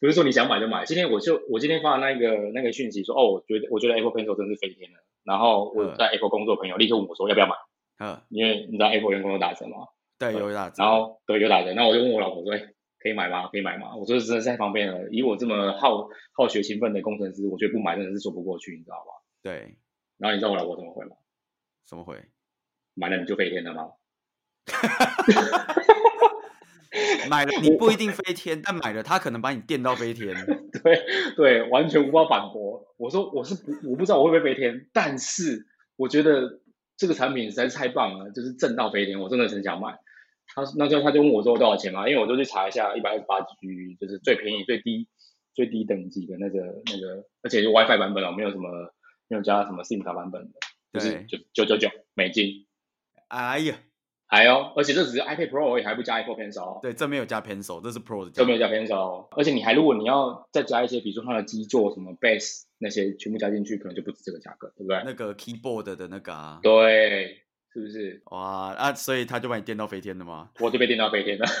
[SPEAKER 1] 不是说你想买就买。今天我就我今天发的那个那个讯息说，哦，我觉得我觉得 Apple Pencil 真是飞天了。然后我
[SPEAKER 2] 嗯
[SPEAKER 1] 在 Apple 工作的朋友立刻问我说要不要买，
[SPEAKER 2] 呃，
[SPEAKER 1] 因为你知道 Apple 员工都打折嘛。
[SPEAKER 2] 对，有打折。
[SPEAKER 1] 然后对有打折，那我就问我老婆说，哎、可以买吗？可以买吗？我说真的是太方便了，以我这么好好学勤奋的工程师，我觉得不买真的是说不过去，你知道吗？
[SPEAKER 2] 对，
[SPEAKER 1] 然后你知道我老婆怎么回吗？
[SPEAKER 2] 怎么回？
[SPEAKER 1] 买了你就飞天了吗？
[SPEAKER 2] 买了你不一定飞天，但买了他可能把你电到飞天。
[SPEAKER 1] 对对，完全无法反驳。我说我是不我不知道我会不会飞天，但是我觉得这个产品实在是太棒了，就是正到飞天，我真的很想买。他那就他就问我说多少钱嘛，因为我就去查一下一百二十八 G 就是最便宜最低最低等级的那个那个，而且就 WiFi 版本哦，没有什么没有加什么 SIM 卡版本的， 就是
[SPEAKER 2] 对，
[SPEAKER 1] 九九九九美金。
[SPEAKER 2] 哎呀，
[SPEAKER 1] 还有，而且这只是 iPad Pro 而已，还不加 Apple Pencil 哦。
[SPEAKER 2] 对，这没有加 pencil，这是 pro 的价
[SPEAKER 1] 都没有加 pencil，而且你还如果你要再加一些，比如说它的基座什么 base 那些全部加进去，可能就不止这个价格，对不对？
[SPEAKER 2] 那个 keyboard 的那个啊。
[SPEAKER 1] 对，是不是？
[SPEAKER 2] 哇啊，所以他就把你电到飞天了吗？
[SPEAKER 1] 我就被电到飞天了。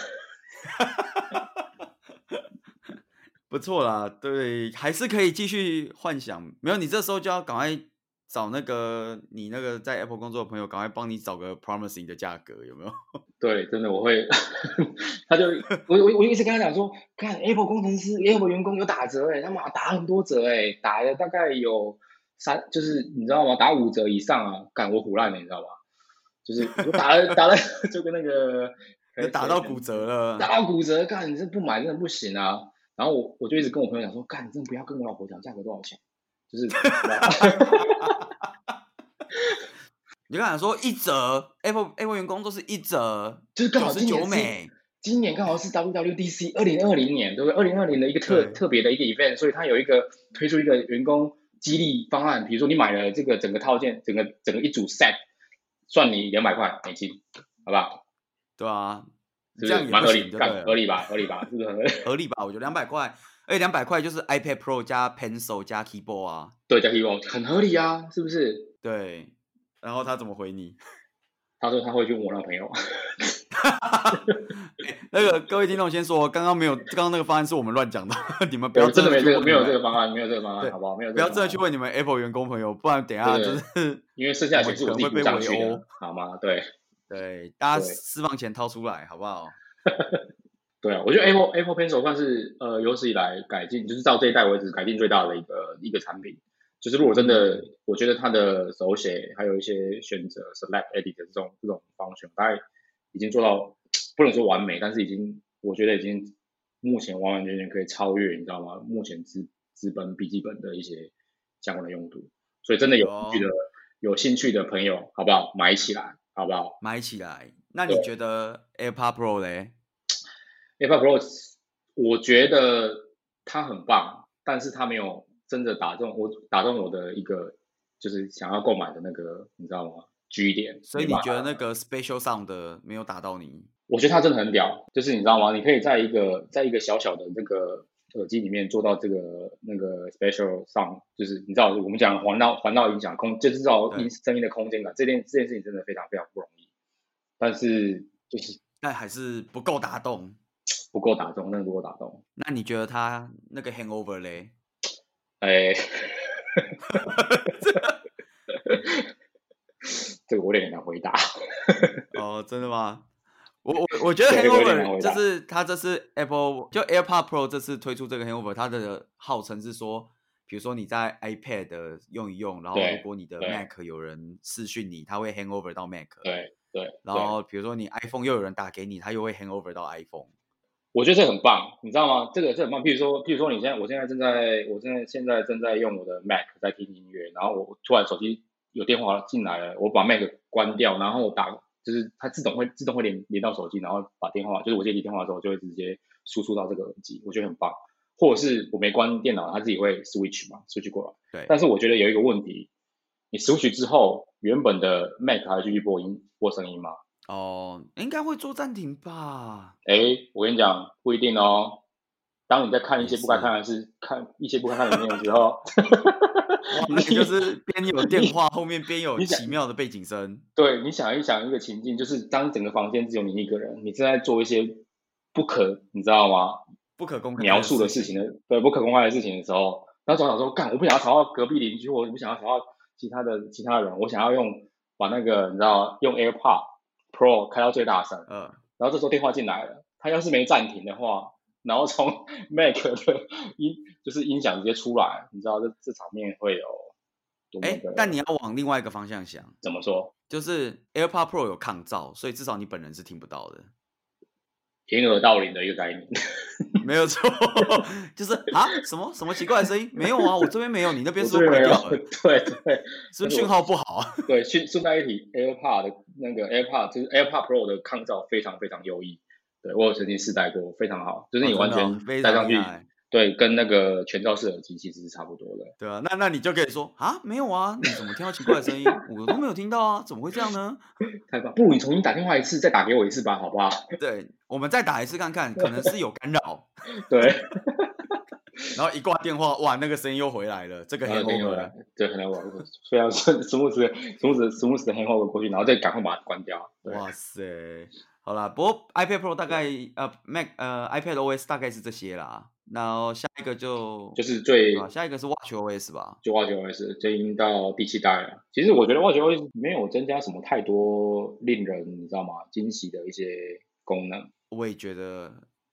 [SPEAKER 2] 不错啦，对，还是可以继续幻想。没有，你这时候就要赶快找那个你那个在 Apple 工作的朋友，赶快帮你找个 promising 的价格，有没有？
[SPEAKER 1] 对，真的我会， 他就我我我一直跟他讲说，看 Apple 工程师 Apple 员工有打折哎、他妈打很多折哎、打了大概有三，就是你知道吗？打五折以上啊，干我虎烂了，你知道吗？就是我打了 打了就跟那个
[SPEAKER 2] 就打到骨折了。
[SPEAKER 1] 打到骨折，干你这不买真的不行啊！然后我我就一直跟我朋友讲说，干你真的不要跟我老婆讲价格多少钱，就是，
[SPEAKER 2] 你就刚才说一折，Apple Apple 员工都是一折，
[SPEAKER 1] 就是刚
[SPEAKER 2] 九
[SPEAKER 1] 好
[SPEAKER 2] 十
[SPEAKER 1] 今
[SPEAKER 2] 九
[SPEAKER 1] 年是
[SPEAKER 2] 美。
[SPEAKER 1] 今年刚好是 WWDC 二零二零年，对不对？二零二零的一个特
[SPEAKER 2] 对
[SPEAKER 1] 特别的一个 event，所以它有一个推出一个员工激励方案，比如说你买了这个整个套件，整个整个一组 set，算你两百块美金，好不好？
[SPEAKER 2] 对啊，
[SPEAKER 1] 是
[SPEAKER 2] 这
[SPEAKER 1] 不是
[SPEAKER 2] 样也
[SPEAKER 1] 蛮
[SPEAKER 2] 不
[SPEAKER 1] 合
[SPEAKER 2] 行
[SPEAKER 1] 理？
[SPEAKER 2] 对不
[SPEAKER 1] 干合
[SPEAKER 2] 对？
[SPEAKER 1] 理吧？合理吧？是不是 很合理？
[SPEAKER 2] 合理吧？我觉得两百块，哎，两百块就是 iPad Pro 加 Pencil 加 Keyboard 啊，
[SPEAKER 1] 对，加 T 很合理啊，是不是？
[SPEAKER 2] 对。然后他怎么回你？
[SPEAKER 1] 他说他会去问我那朋友，
[SPEAKER 2] 那个各位听众先说，刚刚没有，刚刚那个方案是我们乱讲的， 你们不要
[SPEAKER 1] 真的
[SPEAKER 2] 的
[SPEAKER 1] 没
[SPEAKER 2] 去
[SPEAKER 1] 这个
[SPEAKER 2] 问
[SPEAKER 1] 没有
[SPEAKER 2] 你
[SPEAKER 1] 这
[SPEAKER 2] 们
[SPEAKER 1] 个方案，没有这个方案，
[SPEAKER 2] 对
[SPEAKER 1] 好不好？没有这
[SPEAKER 2] 不
[SPEAKER 1] 个
[SPEAKER 2] 要
[SPEAKER 1] 方案
[SPEAKER 2] 真的去问你们 Apple 员工朋友，不然等一下
[SPEAKER 1] 对
[SPEAKER 2] 就是
[SPEAKER 1] 因为剩下的钱是我自己付上去
[SPEAKER 2] 我们可能会被围
[SPEAKER 1] 的
[SPEAKER 2] 殴，
[SPEAKER 1] 好吗？对，
[SPEAKER 2] 对，大家
[SPEAKER 1] 对
[SPEAKER 2] 私房钱掏出来好不好？
[SPEAKER 1] 对啊，我觉得 Apple Apple Pencil 算是呃有史以来改进，就是到这一代为止改进最大的一个一个产品。就是如果真的，我觉得它的手写还有一些选择 select edit 的这种这种方选，大概已经做到不能说完美，但是已经我觉得已经目前完完全全可以超越，你知道吗？目前资资本笔记本的一些相关的用途。所以真的有兴趣的、有兴趣的朋友，好不好？买起来，好不好？
[SPEAKER 2] 买起来。那你觉得 AirPod Pro 嘞？
[SPEAKER 1] AirPod Pro，我觉得它很棒，但是它没有真的打中我，打中我的一个就是想要购买的那个，你知道吗？G 点。
[SPEAKER 2] 所以你
[SPEAKER 1] 没办法
[SPEAKER 2] 觉得那个 Special Sound 的没有打到你？
[SPEAKER 1] 我觉得它真的很屌，就是你知道吗？你可以在一个在一个小小的这个耳机里面做到这个那个 special sound，就是你知道我们讲环绕环绕音响空，就是造音
[SPEAKER 2] 对
[SPEAKER 1] 声音的空间感，这件这件事情真的非常非常不容易，但是就是
[SPEAKER 2] 但还是不够打动。
[SPEAKER 1] 不够打中，真的不够打中。
[SPEAKER 2] 那你觉得它那个 Hangover 嘞？
[SPEAKER 1] 哎， 这个我有点难回答。
[SPEAKER 2] 哦，真的吗？我我我觉得
[SPEAKER 1] 对这个有点难
[SPEAKER 2] Hangover
[SPEAKER 1] 回
[SPEAKER 2] 就
[SPEAKER 1] 答
[SPEAKER 2] 是它这次 Apple 就 AirPod Pro 这次推出这个 Hangover，它的号称是说，比如说你在 iPad 的用一用，然后
[SPEAKER 1] 对
[SPEAKER 2] 如果你的
[SPEAKER 1] 对
[SPEAKER 2] Mac 有人视讯你，它会 Hangover 到 Mac。
[SPEAKER 1] 对对，
[SPEAKER 2] 然
[SPEAKER 1] 对
[SPEAKER 2] 后比如说你 iPhone 又有人打给你，它又会 Hangover 到 iPhone。
[SPEAKER 1] 我觉得这很棒，你知道吗？这个这很棒。譬如说，譬如说，你现在，我现在正在，我现在现在正在用我的 Mac 在听音乐，然后我突然手机有电话进来了，我把 Mac 关掉，然后打，就是它自动会自动会连连到手机，然后把电话，就是我接起电话的时候就会直接输出到这个耳机，我觉得很棒。或者是我没关电脑，它自己会 switch 嘛，switch 过来。
[SPEAKER 2] 对，
[SPEAKER 1] 但是我觉得有一个问题，你 switch 之后，原本的 Mac 还会继续播音播声音吗？
[SPEAKER 2] 哦，应该会做暂停吧？
[SPEAKER 1] 哎，我跟你讲，不一定哦。当你在看一些
[SPEAKER 2] 也
[SPEAKER 1] 不该
[SPEAKER 2] 是
[SPEAKER 1] 看的事，看一些不该看的影片的时候，
[SPEAKER 2] 哇，那个就是边有电话，后面边有
[SPEAKER 1] 你想
[SPEAKER 2] 奇妙的背景声。
[SPEAKER 1] 对，你想一想一个情境，就是当整个房间只有你一个人，你正在做一些不可，你知道吗？
[SPEAKER 2] 不可公开
[SPEAKER 1] 描述的
[SPEAKER 2] 事
[SPEAKER 1] 事情的，对，不可公开的事情的时候，那总想说，干，我不想要吵到隔壁邻居，或者不想要吵到其他的其他人，我想要用把那个你知道用 AirPod Pro 开到最大声，
[SPEAKER 2] 呃，
[SPEAKER 1] 然后这时候电话进来了，他要是没暂停的话，然后从 Mac 的音就是音响直接出来，你知道这这场面会有多么
[SPEAKER 2] 哎
[SPEAKER 1] 的？，
[SPEAKER 2] 但你要往另外一个方向想，
[SPEAKER 1] 怎么说？
[SPEAKER 2] 就是 AirPod Pro 有抗噪，所以至少你本人是听不到的，
[SPEAKER 1] 掩耳盗铃的一个概念，
[SPEAKER 2] 没有错。 就是啊，什么什么奇怪的声音？没有啊，我这边没有，你那边
[SPEAKER 1] 我这
[SPEAKER 2] 是不是
[SPEAKER 1] 边没
[SPEAKER 2] 坏
[SPEAKER 1] 有
[SPEAKER 2] 掉了，
[SPEAKER 1] 对对
[SPEAKER 2] 是不
[SPEAKER 1] 但
[SPEAKER 2] 是
[SPEAKER 1] 是我
[SPEAKER 2] 讯号不好啊？
[SPEAKER 1] 对，顺顺带一提，AirPod 的那个 AirPod 就是 AirPod Pro 的抗噪非常非常优异，对我有曾经试戴过，非常好，就是你
[SPEAKER 2] 哦
[SPEAKER 1] 完
[SPEAKER 2] 真的哦
[SPEAKER 1] 全
[SPEAKER 2] 非
[SPEAKER 1] 戴
[SPEAKER 2] 常
[SPEAKER 1] 上
[SPEAKER 2] 厉
[SPEAKER 1] 去，
[SPEAKER 2] 害。
[SPEAKER 1] 对，跟那个全罩式耳机其实是差不多的。
[SPEAKER 2] 对啊，那那你就可以说啊，没有啊，你怎么听到奇怪的声音？我都没有听到啊，怎么会这样呢？
[SPEAKER 1] 太棒，不如你重新打电话一次，再打给我一次吧，好不好？
[SPEAKER 2] 对，我们再打一次看看，可能是有干扰。
[SPEAKER 1] 对。
[SPEAKER 2] 然后一挂电话，哇，那个声音又回来了，这个
[SPEAKER 1] 然后
[SPEAKER 2] hangover
[SPEAKER 1] 电话
[SPEAKER 2] 了
[SPEAKER 1] 来，哦对，可能我非常 顺时不时时不时时不时的 hangover 过去，然后再赶快把它关掉。啊对，
[SPEAKER 2] 哇塞！好啦，不过 iPad Pro 大概呃 Mac 呃 iPad OS 大概是这些啦，然后下一个就
[SPEAKER 1] 就是最
[SPEAKER 2] 对吧下一个是 Watch OS 吧？
[SPEAKER 1] 就 Watch OS 最近到第七代了。其实我觉得 Watch OS 没有增加什么太多令人你知道吗惊喜的一些功能。
[SPEAKER 2] 我也觉得，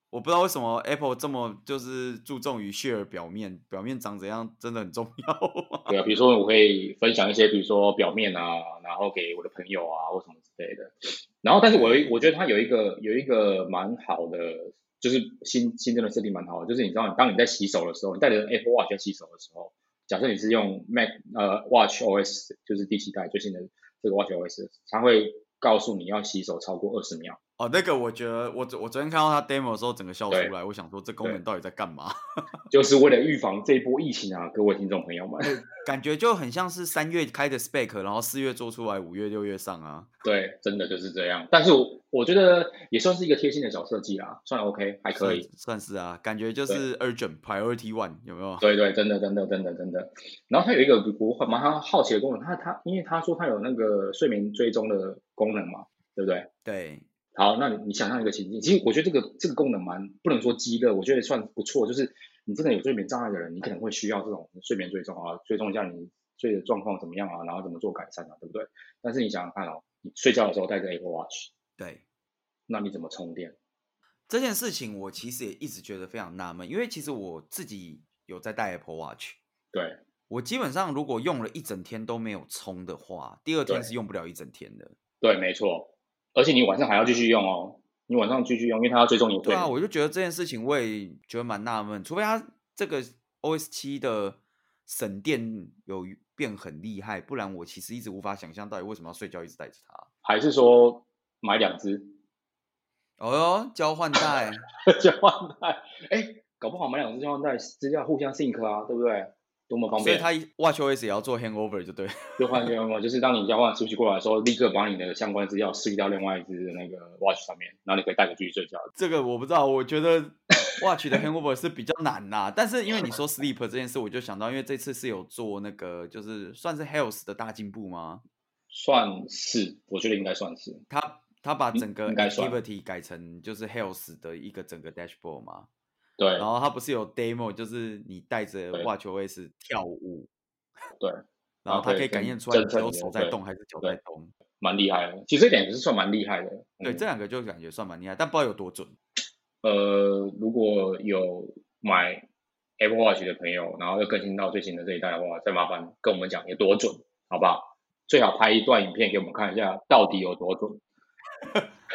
[SPEAKER 2] 我不知道为什么 Apple 这么就是注重于 share 表面，表面长怎样真的很重要 啊、
[SPEAKER 1] 对啊，比如说我会分享一些，比如说表面啊，然后给我的朋友啊或什么之类的。然后，但是我有一我觉得它有一个有一个蛮好的，就是新新增的设定蛮好的，就是你知道，当你在洗手的时候，你带着 Apple Watch 在洗手的时候，假设你是用 Mac 呃 Watch OS，就是第七代最新的这个 Watch OS，它会告诉你要洗手超过二十秒。
[SPEAKER 2] 哦，那个我觉得我昨我昨天看到它 demo 的时候，整个笑出
[SPEAKER 1] 对
[SPEAKER 2] 来，我想说这功
[SPEAKER 1] 对
[SPEAKER 2] 能到底在干嘛？
[SPEAKER 1] 就是为了预防这一波疫情啊，各位听众朋友们。
[SPEAKER 2] 感觉就很像是三月开的 spec，然后四月做出来，五月六月上啊。
[SPEAKER 1] 对，真的就是这样。但是我我觉得也算是一个贴心的小设计啦，算 OK，还可以。
[SPEAKER 2] 算，算是啊，感觉就
[SPEAKER 1] 对
[SPEAKER 2] 是 urgent priority one 有没有？
[SPEAKER 1] 对对，真的真的真的真的。然后它有一个我蛮好好奇的功能，它它因为它说它有那个睡眠追踪的功能嘛，对不对？
[SPEAKER 2] 对
[SPEAKER 1] 好，那你你想象一个情境，其实我觉得这个这个功能蛮不能说饥饿，我觉得算不错。就是你真的有睡眠障碍的人，你可能会需要这种睡眠追踪啊，追踪一下你睡的状况怎么样啊，然后怎么做改善啊，对不对？但是你想想看哦，你睡觉的时候带着 Apple Watch，
[SPEAKER 2] 对
[SPEAKER 1] 那你怎么充电？
[SPEAKER 2] 这件事情，我其实也一直觉得非常纳闷，因为其实我自己有在戴 Apple Watch，
[SPEAKER 1] 对
[SPEAKER 2] 我基本上如果用了一整天都没有充的话，第二天
[SPEAKER 1] 对
[SPEAKER 2] 是用不了一整天的。
[SPEAKER 1] 对，没错。而且你晚上还要继续用哦，你晚上继续用，因为它要追踪你会
[SPEAKER 2] 对啊，
[SPEAKER 1] 员。
[SPEAKER 2] 我就觉得这件事情我也觉得蛮纳闷，除非它这个 OS 七的省电有变很厉害，不然我其实一直无法想象到底为什么要睡觉一直带着它。
[SPEAKER 1] 还是说买两只
[SPEAKER 2] 哦哟，交 换带，
[SPEAKER 1] 交换带？哎，搞不好买两只交换带，资料互相 sync 啊，对不对？多么方
[SPEAKER 2] 所以
[SPEAKER 1] 便！
[SPEAKER 2] 它 WatchOS 也要做 handover 就对了。
[SPEAKER 1] 就换一个方法，就是当你交换数据过来的时候，立刻把你的相关资料适应到另外一只的那个 watch 上面，然后你可以带着继续睡觉。
[SPEAKER 2] 这个我不知道，我觉得 watch 的 hangover 是比较难呐、但是因为你说 sleep 这件事，我就想到，因为这次是有做那个，就是算是 health 的大进步吗？
[SPEAKER 1] 算是，我觉得应该算是。
[SPEAKER 2] 他他把
[SPEAKER 1] 应
[SPEAKER 2] 整
[SPEAKER 1] 嗯
[SPEAKER 2] 个
[SPEAKER 1] 应该算
[SPEAKER 2] activity 改成就是 health 的一个整个 dashboard 嘛，
[SPEAKER 1] 对
[SPEAKER 2] 然后他不是有 demo，就是你带着
[SPEAKER 1] 对
[SPEAKER 2] watch OS 跳舞，
[SPEAKER 1] 对，
[SPEAKER 2] 然后
[SPEAKER 1] 它
[SPEAKER 2] 它
[SPEAKER 1] 可以
[SPEAKER 2] 可以感
[SPEAKER 1] 跟
[SPEAKER 2] 应出来你
[SPEAKER 1] 侦测
[SPEAKER 2] 只有
[SPEAKER 1] 你的
[SPEAKER 2] 手在
[SPEAKER 1] 对
[SPEAKER 2] 动还是脚
[SPEAKER 1] 对
[SPEAKER 2] 在动，
[SPEAKER 1] 蛮厉害的。其实这点也是算蛮厉害的。
[SPEAKER 2] 对，
[SPEAKER 1] 嗯
[SPEAKER 2] 这两个就感觉算蛮厉害，但不知道有多准。
[SPEAKER 1] 呃，如果有买 Apple Watch 的朋友，然后又更新到最新的这一代的话，再麻烦跟我们讲有多准，好不好？最好拍一段影片给我们看一下，到底有多准。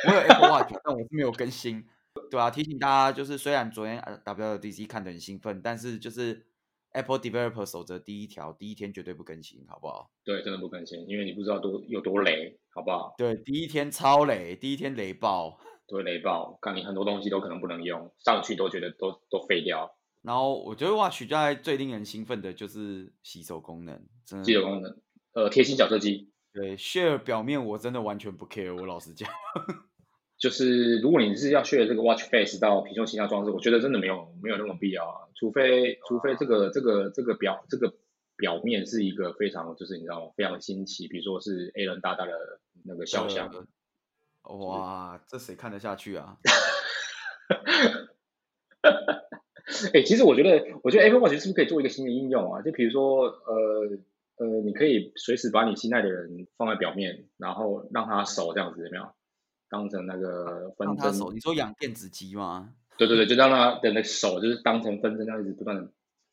[SPEAKER 2] 我有 Apple Watch，但我 是没有更新。对啊，提醒大家，就是虽然昨天呃 WWDC 看得很兴奋，但是就是 Apple Developer 守则第一条，第一天绝对不更新，好不好？
[SPEAKER 1] 对，真的不更新，因为你不知道多有多雷，好不好？
[SPEAKER 2] 对，第一天超雷，第一天雷爆。
[SPEAKER 1] 都会雷爆，看你很多东西都可能不能用，上去都觉得都都废掉。
[SPEAKER 2] 然后我觉得 Watch 在最令人兴奋的就是洗手功能，真
[SPEAKER 1] 记得
[SPEAKER 2] 的。
[SPEAKER 1] 功能，呃，贴心矫正机，
[SPEAKER 2] 对，Share 表面我真的完全不 care，我老实讲。
[SPEAKER 1] 就是如果你是要 share 这个 watch face 到皮胸形象装置，我觉得真的没有没有那么必要啊，除非除非这个这个这个表这个表面是一个非常就是你知道吗非常新奇，比如说是 A 人大大的那个肖像，
[SPEAKER 2] 呃哇，这谁看得下去啊？
[SPEAKER 1] 哎、其实我觉得，我觉得 Apple Watch 是不是可以做一个新的应用啊？就比如说，呃呃，你可以随时把你心爱的人放在表面，然后让他手这样子，有没有？当成那个
[SPEAKER 2] 让
[SPEAKER 1] 分
[SPEAKER 2] 他
[SPEAKER 1] 针，
[SPEAKER 2] 手，你说养电子鸡吗？
[SPEAKER 1] 对对对，就让他的那个手就是当成分针，这样一直不断的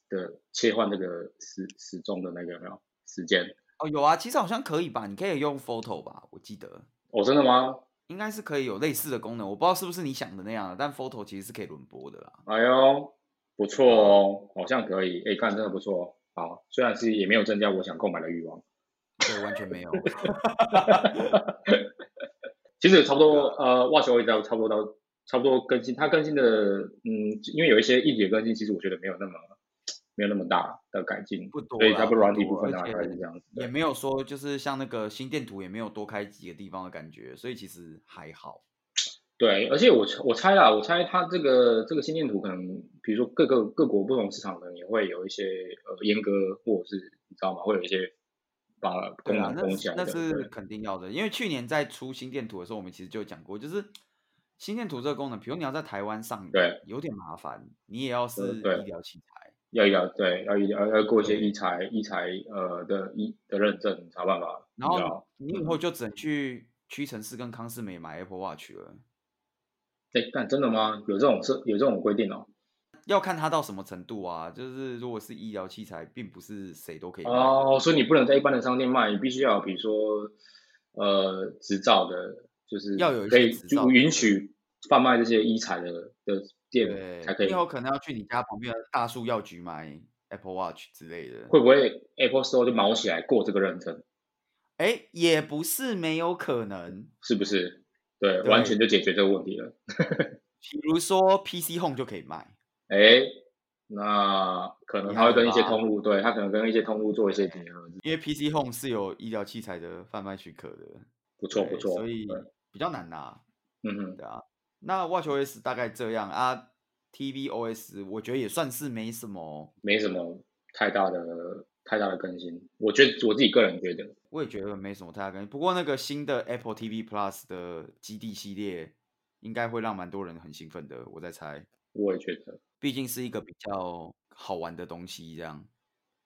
[SPEAKER 1] 的切换这个时时钟的那个有没有时间？
[SPEAKER 2] 哦，有啊，其实好像可以吧，你可以用 Photo 吧，我记得。
[SPEAKER 1] 哦，真的吗？
[SPEAKER 2] 应该是可以有类似的功能，我不知道是不是你想的那样啊，但 Photo 其实是可以轮播的啦。
[SPEAKER 1] 哎呦，不错哦，好像可以，哎，干真的不错哦。好，虽然是也没有增加我想购买的欲望。
[SPEAKER 2] 对，完全没有。
[SPEAKER 1] 其实差不多，
[SPEAKER 2] 啊
[SPEAKER 1] 呃，Watch OS 到差不多到差不多更新，它更新的，嗯，因为有一些硬体的更新，其实我觉得没有那么没有那么大的改进，
[SPEAKER 2] 不多
[SPEAKER 1] 所以
[SPEAKER 2] 啦
[SPEAKER 1] 差不
[SPEAKER 2] 不
[SPEAKER 1] 多软体
[SPEAKER 2] 多
[SPEAKER 1] 部分
[SPEAKER 2] 而
[SPEAKER 1] 大概
[SPEAKER 2] 且
[SPEAKER 1] 是这样子。
[SPEAKER 2] 也没有说就是像那个心电图也没有多开几个地方的感觉，所以其实还好。
[SPEAKER 1] 对，而且我我猜啦，我猜它这个这个心电图可能，比如说各个各国不同市场可能也会有一些呃阉割，或者是你知道吗？会有一些把
[SPEAKER 2] 对
[SPEAKER 1] 功
[SPEAKER 2] 啦
[SPEAKER 1] 能，
[SPEAKER 2] 那
[SPEAKER 1] 封起
[SPEAKER 2] 是
[SPEAKER 1] 来的。
[SPEAKER 2] 那是
[SPEAKER 1] 对
[SPEAKER 2] 肯定要的，因为去年在出心电图的时候，我们其实就讲过，就是心电图这个功能，比如你要在台湾上，
[SPEAKER 1] 对，呃
[SPEAKER 2] 有点麻烦，你也要是
[SPEAKER 1] 对
[SPEAKER 2] 医疗器材。
[SPEAKER 1] 要要对要要要过一些
[SPEAKER 2] 对
[SPEAKER 1] 医材医材呃的医的认证，才有办法。
[SPEAKER 2] 然
[SPEAKER 1] 你知道
[SPEAKER 2] 后你以后就只能去屈臣氏跟康士美买 Apple Watch 了。
[SPEAKER 1] 哎，但真的吗？有这种是有这种规定哦？
[SPEAKER 2] 要看它到什么程度啊。就是如果是医疗器材，并不是谁都可以买的。
[SPEAKER 1] 哦，所以你不能在一般的商店卖，你必须要有比如说呃执照的，就是
[SPEAKER 2] 要有一
[SPEAKER 1] 可
[SPEAKER 2] 些
[SPEAKER 1] 以
[SPEAKER 2] 执照
[SPEAKER 1] 就允许贩卖这些医材的的店
[SPEAKER 2] 对
[SPEAKER 1] 才可，以
[SPEAKER 2] 以。后可能要去你家旁边的大树药局买 Apple Watch 之类的。
[SPEAKER 1] 会不会 Apple Store 就毛起来过这个认证？
[SPEAKER 2] 哎，也不是没有可能。
[SPEAKER 1] 是不是？对，
[SPEAKER 2] 对
[SPEAKER 1] 完全就解决这个问题了。
[SPEAKER 2] 比如说 PC Home 就可以卖，
[SPEAKER 1] 哎，那可能它会跟一些
[SPEAKER 2] 厉害吧
[SPEAKER 1] 通路，对，它可能跟一些通路做一些结合，
[SPEAKER 2] 因为 PC Home 是有医疗器材的贩卖许可的。
[SPEAKER 1] 不错不
[SPEAKER 2] 对
[SPEAKER 1] 错。
[SPEAKER 2] 所以
[SPEAKER 1] 对
[SPEAKER 2] 比较难拿。
[SPEAKER 1] 嗯哼，
[SPEAKER 2] 对啊，那 WatchOS 大概这样啊，TVOS 我觉得也算是没什么，
[SPEAKER 1] 没什么太大的太大的更新，我觉得我自己个人觉得。
[SPEAKER 2] 我也觉得没什么太大关系。不过那个新的 Apple TV Plus 的基地系列，应该会让蛮多人很兴奋的，我在猜。
[SPEAKER 1] 我也觉得，
[SPEAKER 2] 毕竟是一个比较好玩的东西，这样。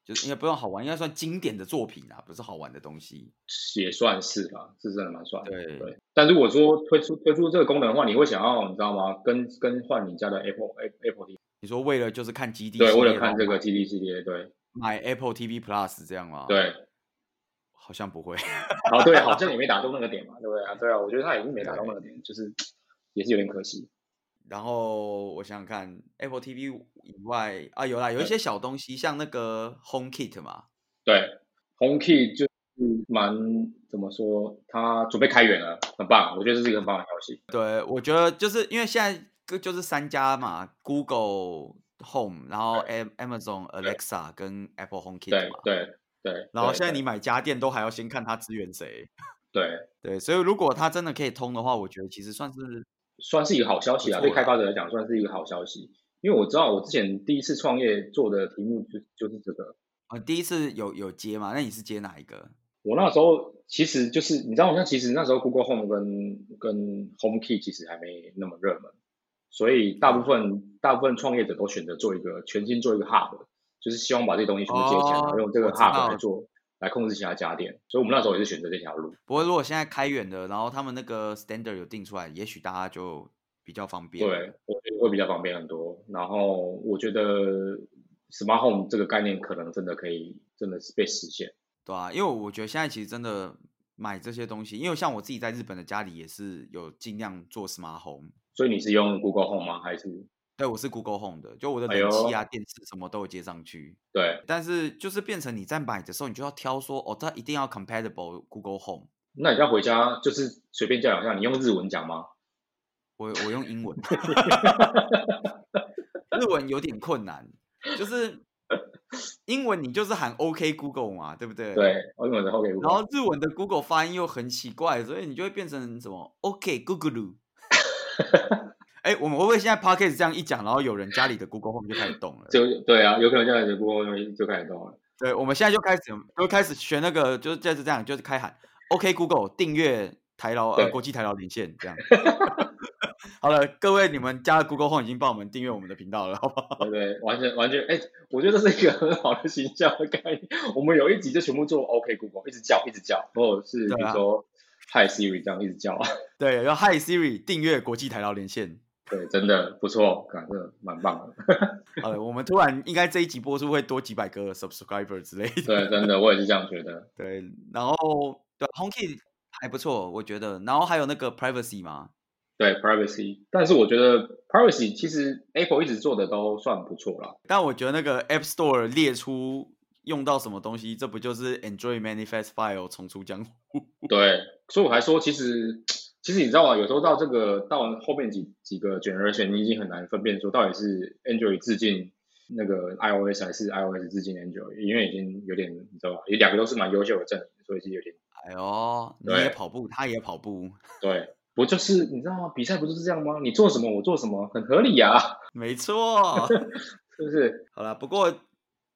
[SPEAKER 2] 就是应该不用好玩，应该算经典的作品啊，不是好玩的东西。
[SPEAKER 1] 也算是吧，是真的蛮算的。
[SPEAKER 2] 对
[SPEAKER 1] 对，但如果说推出推出这个功能的话，你会想要你知道吗？更更换你家的 Apple Apple TV，
[SPEAKER 2] 你说为了就是看 G D，
[SPEAKER 1] 对，为了看这个 TV 系列，对
[SPEAKER 2] 买 Apple TV Plus 这样吗？，
[SPEAKER 1] 对，
[SPEAKER 2] 好像不会。
[SPEAKER 1] 哦对，好像也没打中那个点嘛，对不对啊？对啊，我觉得他也是没打中那个点，就是也是有点可惜。
[SPEAKER 2] 然后我想想看，Apple TV 以外啊，有啦，有一些小东西，像那个 Home Kit 嘛，
[SPEAKER 1] 对，HomeKey 就是蛮怎么说，它准备开源了，很棒，我觉得这是一个很棒的消息。
[SPEAKER 2] 对我觉得就是因为现在各就是三家嘛，Google Home，然后 Am- Amazon Alexa 跟 Apple Home
[SPEAKER 1] 对
[SPEAKER 2] Kit 嘛，
[SPEAKER 1] 对对，
[SPEAKER 2] 然后
[SPEAKER 1] 对
[SPEAKER 2] 现在你买家电都还要先看它支援谁，
[SPEAKER 1] 对
[SPEAKER 2] 对，所以如果它真的可以通的话，我觉得其实算是
[SPEAKER 1] 算是一个好消息啊，
[SPEAKER 2] 不
[SPEAKER 1] 对
[SPEAKER 2] 错啦
[SPEAKER 1] 开发者来讲算是一个好消息。因为我知道我之前第一次创业做的题目就就是这个，
[SPEAKER 2] 呃第一次有有接嘛，那你是接哪一个？
[SPEAKER 1] 我那时候其实就是你知道，像其实那时候 Google Home 跟跟 HomeKey 其实还没那么热门，所以大部分大部分创业者都选择做一个全新做一个 Hub，就是希望把这些东西全部接起来，
[SPEAKER 2] 哦
[SPEAKER 1] 然后用这个
[SPEAKER 2] 我知道
[SPEAKER 1] Hub 来做来控制其他家电。所以我们那时候也是选择这条路。
[SPEAKER 2] 不过如果现在开源的，然后他们那个 standard 有定出来，也许大家就比较方便。
[SPEAKER 1] 对，，我觉得会比较方便很多。然后我觉得 Smart Home 这个概念可能真的可以，真的是被实现。
[SPEAKER 2] 对啊，因为我觉得现在其实真的买这些东西，因为像我自己在日本的家里也是有尽量做 smart home。
[SPEAKER 1] 所以你是用 Google Home 吗？还是
[SPEAKER 2] 对，我是 Google Home 的，就我的
[SPEAKER 1] 哎
[SPEAKER 2] 冷气
[SPEAKER 1] 哟
[SPEAKER 2] 啊、电视什么都有接上去。
[SPEAKER 1] 对？
[SPEAKER 2] 但是就是变成你在买的时候，你就要挑说，哦，它一定要 compatible Google Home。
[SPEAKER 1] 那你要回家就是随便叫两下，你用日文讲吗？
[SPEAKER 2] 我我用英文， 日文有点困难， 就是英文你就是喊 OK Google 嘛，对不对？
[SPEAKER 1] 对，我用我的 OK Google。
[SPEAKER 2] 然后日文的 Google 发音又很奇怪，所以你就会变成什么 OK Google。哎、我们会不会现在 Podcast 这样一讲，然后有人家里的 Google Home 就开始动了？
[SPEAKER 1] 就对啊，有可能叫你的 Google Home 就开始动 了。
[SPEAKER 2] 对，我们现在就开始就开始学那个，就是就是这样，就是开喊 OK Google 订阅台劳呃
[SPEAKER 1] 对
[SPEAKER 2] 国际台劳连线这样。 好了，各位，你们家的 Google Home 已经帮我们订阅我们的频道了，好不好？
[SPEAKER 1] 对不对，完全完全，哎、我觉得这是一个很好的形象的概念。我们有一集就全部做 OK Google，一直叫，一直叫，或者是比
[SPEAKER 2] 对
[SPEAKER 1] 如
[SPEAKER 2] 啊
[SPEAKER 1] 说 Hi Siri 这样一直叫。
[SPEAKER 2] 对，然后 Hi Siri 订阅国际台劳连线。
[SPEAKER 1] 对，真的不错，感觉蛮棒的。
[SPEAKER 2] 好了，我们突然应该这一集播出会多几百个 subscriber 之类的。
[SPEAKER 1] 对，真的，我也是这样觉得。
[SPEAKER 2] 对，然后对 HomeKit 还不错，我觉得。然后还有那个 Privacy 嘛，
[SPEAKER 1] 对 privacy，但是我觉得 privacy 其实 Apple 一直做的都算不错啦。
[SPEAKER 2] 但我觉得那个 App Store 列出用到什么东西，这不就是 Android Manifest File 重出江湖？
[SPEAKER 1] 对，所以我还说，其实其实你知道吗？有时候到这个到后面几几个 generation，你已经很难分辨说到底是 Android 致敬那个 iOS 还是 iOS 致敬 Android，因为已经有点你知道吧？也两个都是蛮优秀的阵营，所以是有点
[SPEAKER 2] 哎呦，你
[SPEAKER 1] 对
[SPEAKER 2] 也跑步，他也跑步，
[SPEAKER 1] 对。不就是你知道吗？比赛不就是这样吗？你做什么我做什么，很合理呀、啊
[SPEAKER 2] 没错。
[SPEAKER 1] 是不是？
[SPEAKER 2] 好啦，不过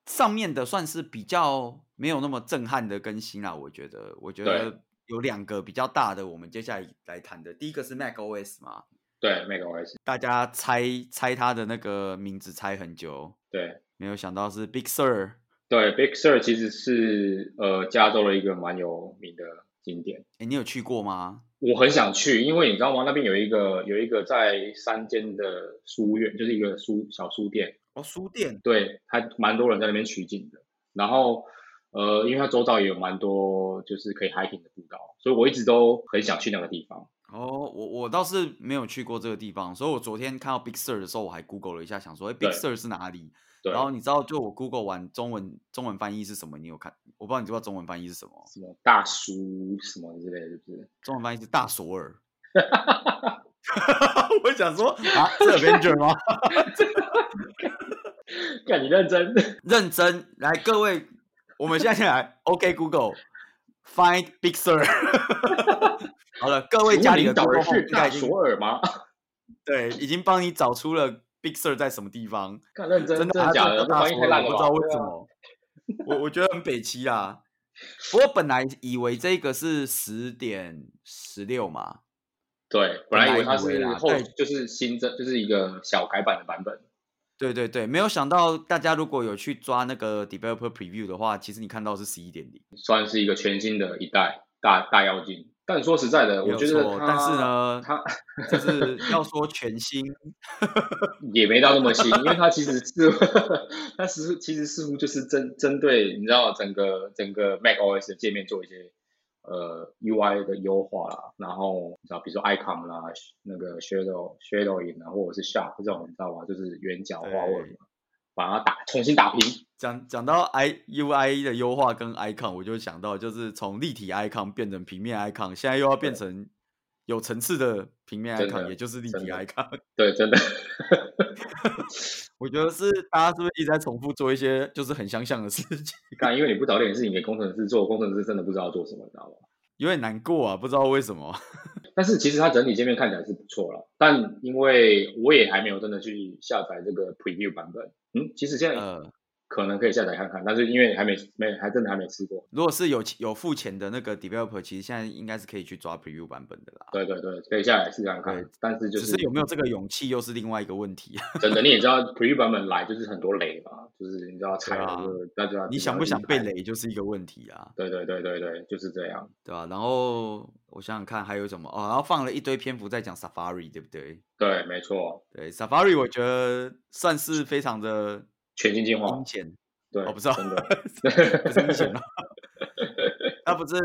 [SPEAKER 2] 上面的算是比较没有那么震撼的更新啦，我觉得，我觉
[SPEAKER 1] 对
[SPEAKER 2] 得有两个比较大的，我们接下来来谈的，第一个是 macOS 嘛，
[SPEAKER 1] 对，macOS，
[SPEAKER 2] 大家猜猜它的那个名字猜很久，
[SPEAKER 1] 对
[SPEAKER 2] 没有想到是 Big Sur。
[SPEAKER 1] 对，Big Sur 其实是呃加州的一个蛮有名的景点。
[SPEAKER 2] 哎，你有去过吗？
[SPEAKER 1] 我很想去，因为你知道吗？那边有一个有一个在山间的书院，就是一个书小书店，
[SPEAKER 2] 哦，书店，
[SPEAKER 1] 对，还蛮多人在那边取景的。然后呃，因为它周遭也有蛮多就是可以 hiking 的步道，所以我一直都很想去那个地方。
[SPEAKER 2] 哦，我我倒是没有去过这个地方，所以我昨天看到 Big Sur 的时候，我还 Google 了一下，想说，哎，Big
[SPEAKER 1] 对
[SPEAKER 2] Sur 是哪里？
[SPEAKER 1] 对，
[SPEAKER 2] 然后你知道，就我 Google 完中文中文翻译是什么？你有看？我不知道你知不知道中文翻译是什么？
[SPEAKER 1] 什么大叔什么之类的，是不是？
[SPEAKER 2] 中文翻译是大索 尔。 我想说啊，是 Avenger 吗？
[SPEAKER 1] 看你认真，
[SPEAKER 2] 认真来，各位，我们现在先来 OK Google find Big Sur。好了，各位家里的
[SPEAKER 1] 导
[SPEAKER 2] Google
[SPEAKER 1] 人
[SPEAKER 2] Home
[SPEAKER 1] 是
[SPEAKER 2] 应该
[SPEAKER 1] 大
[SPEAKER 2] 已经
[SPEAKER 1] 索尔吗？
[SPEAKER 2] 对，已经帮你找出了 Big Sur 在什么地方。
[SPEAKER 1] 看认真，
[SPEAKER 2] 真
[SPEAKER 1] 真
[SPEAKER 2] 的啊
[SPEAKER 1] 假
[SPEAKER 2] 这
[SPEAKER 1] 的？
[SPEAKER 2] 个
[SPEAKER 1] 这
[SPEAKER 2] 大
[SPEAKER 1] 翻译
[SPEAKER 2] 叔
[SPEAKER 1] 太烂了吧，
[SPEAKER 2] 我不知道为
[SPEAKER 1] 对
[SPEAKER 2] 什
[SPEAKER 1] 啊
[SPEAKER 2] 么。 我我觉得很北七啦。不过本来以为这个是十点十六嘛，
[SPEAKER 1] 对，
[SPEAKER 2] 本
[SPEAKER 1] 本来以
[SPEAKER 2] 来
[SPEAKER 1] 为它
[SPEAKER 2] 以为
[SPEAKER 1] 是
[SPEAKER 2] 啦
[SPEAKER 1] 后
[SPEAKER 2] 对
[SPEAKER 1] 就是新增，就是一个小改版的版本。
[SPEAKER 2] 对对对，没有想到大家如果有去抓那个 developer preview 的话，其实你看到是十一点零，
[SPEAKER 1] 算是一个全新的一代大大妖精。但说实在的，我
[SPEAKER 2] 没有
[SPEAKER 1] 觉得
[SPEAKER 2] 错。
[SPEAKER 1] 它
[SPEAKER 2] 但是呢，
[SPEAKER 1] 它
[SPEAKER 2] 就是要说全新，
[SPEAKER 1] 也没到那么新，因为它其实是它似乎其实似乎就是针针对你知道整个整个 Mac OS 的界面做一些呃 UI 的优化啦，然后你知道比如说 icon 啦，那个 shadow shadowing 啊，或者是 sharp 这种你知道吧，就是圆角化
[SPEAKER 2] 对
[SPEAKER 1] 或者什么，把它打重新打平。
[SPEAKER 2] 讲讲到 i UI 的优化跟 icon，我就想到就是从立体 icon 变成平面 icon，现在又要变成有层次的平面
[SPEAKER 1] 真
[SPEAKER 2] icon，
[SPEAKER 1] 的
[SPEAKER 2] 也就是立
[SPEAKER 1] 真
[SPEAKER 2] 体
[SPEAKER 1] 的
[SPEAKER 2] icon。
[SPEAKER 1] 对，真的
[SPEAKER 2] 我觉得是大家是不是一直在重复做一些就是很相像的事情，
[SPEAKER 1] 干，因为你不早点事情给工程师做，工程师真的不知道做什么，你知道吗？
[SPEAKER 2] 有点难过啊，不知道为什么。
[SPEAKER 1] 但是其实它整体界面看起来是不错了，但因为我也还没有真的去下载这个 preview 版本，嗯，其实现在
[SPEAKER 2] 呃，
[SPEAKER 1] 可能可以下载看看，但是因为还没没还真的还没吃过，
[SPEAKER 2] 如果是有有付钱的那个 developer，其实现在应该是可以去抓 preview 版本的啦。
[SPEAKER 1] 对对对，可以下载试看看
[SPEAKER 2] 对，
[SPEAKER 1] 但是就
[SPEAKER 2] 只
[SPEAKER 1] 是嗯
[SPEAKER 2] 是有没有这个勇气又是另外一个问题。啊
[SPEAKER 1] 真的你也知道 preview 版本来就是很多雷嘛，就是你知道踩
[SPEAKER 2] 对
[SPEAKER 1] 了
[SPEAKER 2] 啊
[SPEAKER 1] 就大家
[SPEAKER 2] 你想不想被？雷就是一个问题啊，
[SPEAKER 1] 对对对对对，就是这样。
[SPEAKER 2] 对吧、然后我想想看还有什么哦，然后放了一堆篇幅在讲 Safari，对不对？
[SPEAKER 1] 对，没错，
[SPEAKER 2] 对，Safari 我觉得算是非常的
[SPEAKER 1] 全新进化
[SPEAKER 2] 阴，险，
[SPEAKER 1] 对，
[SPEAKER 2] 嗯哦不是、啊，
[SPEAKER 1] 真 的，
[SPEAKER 2] 不是阴险 啊，他不是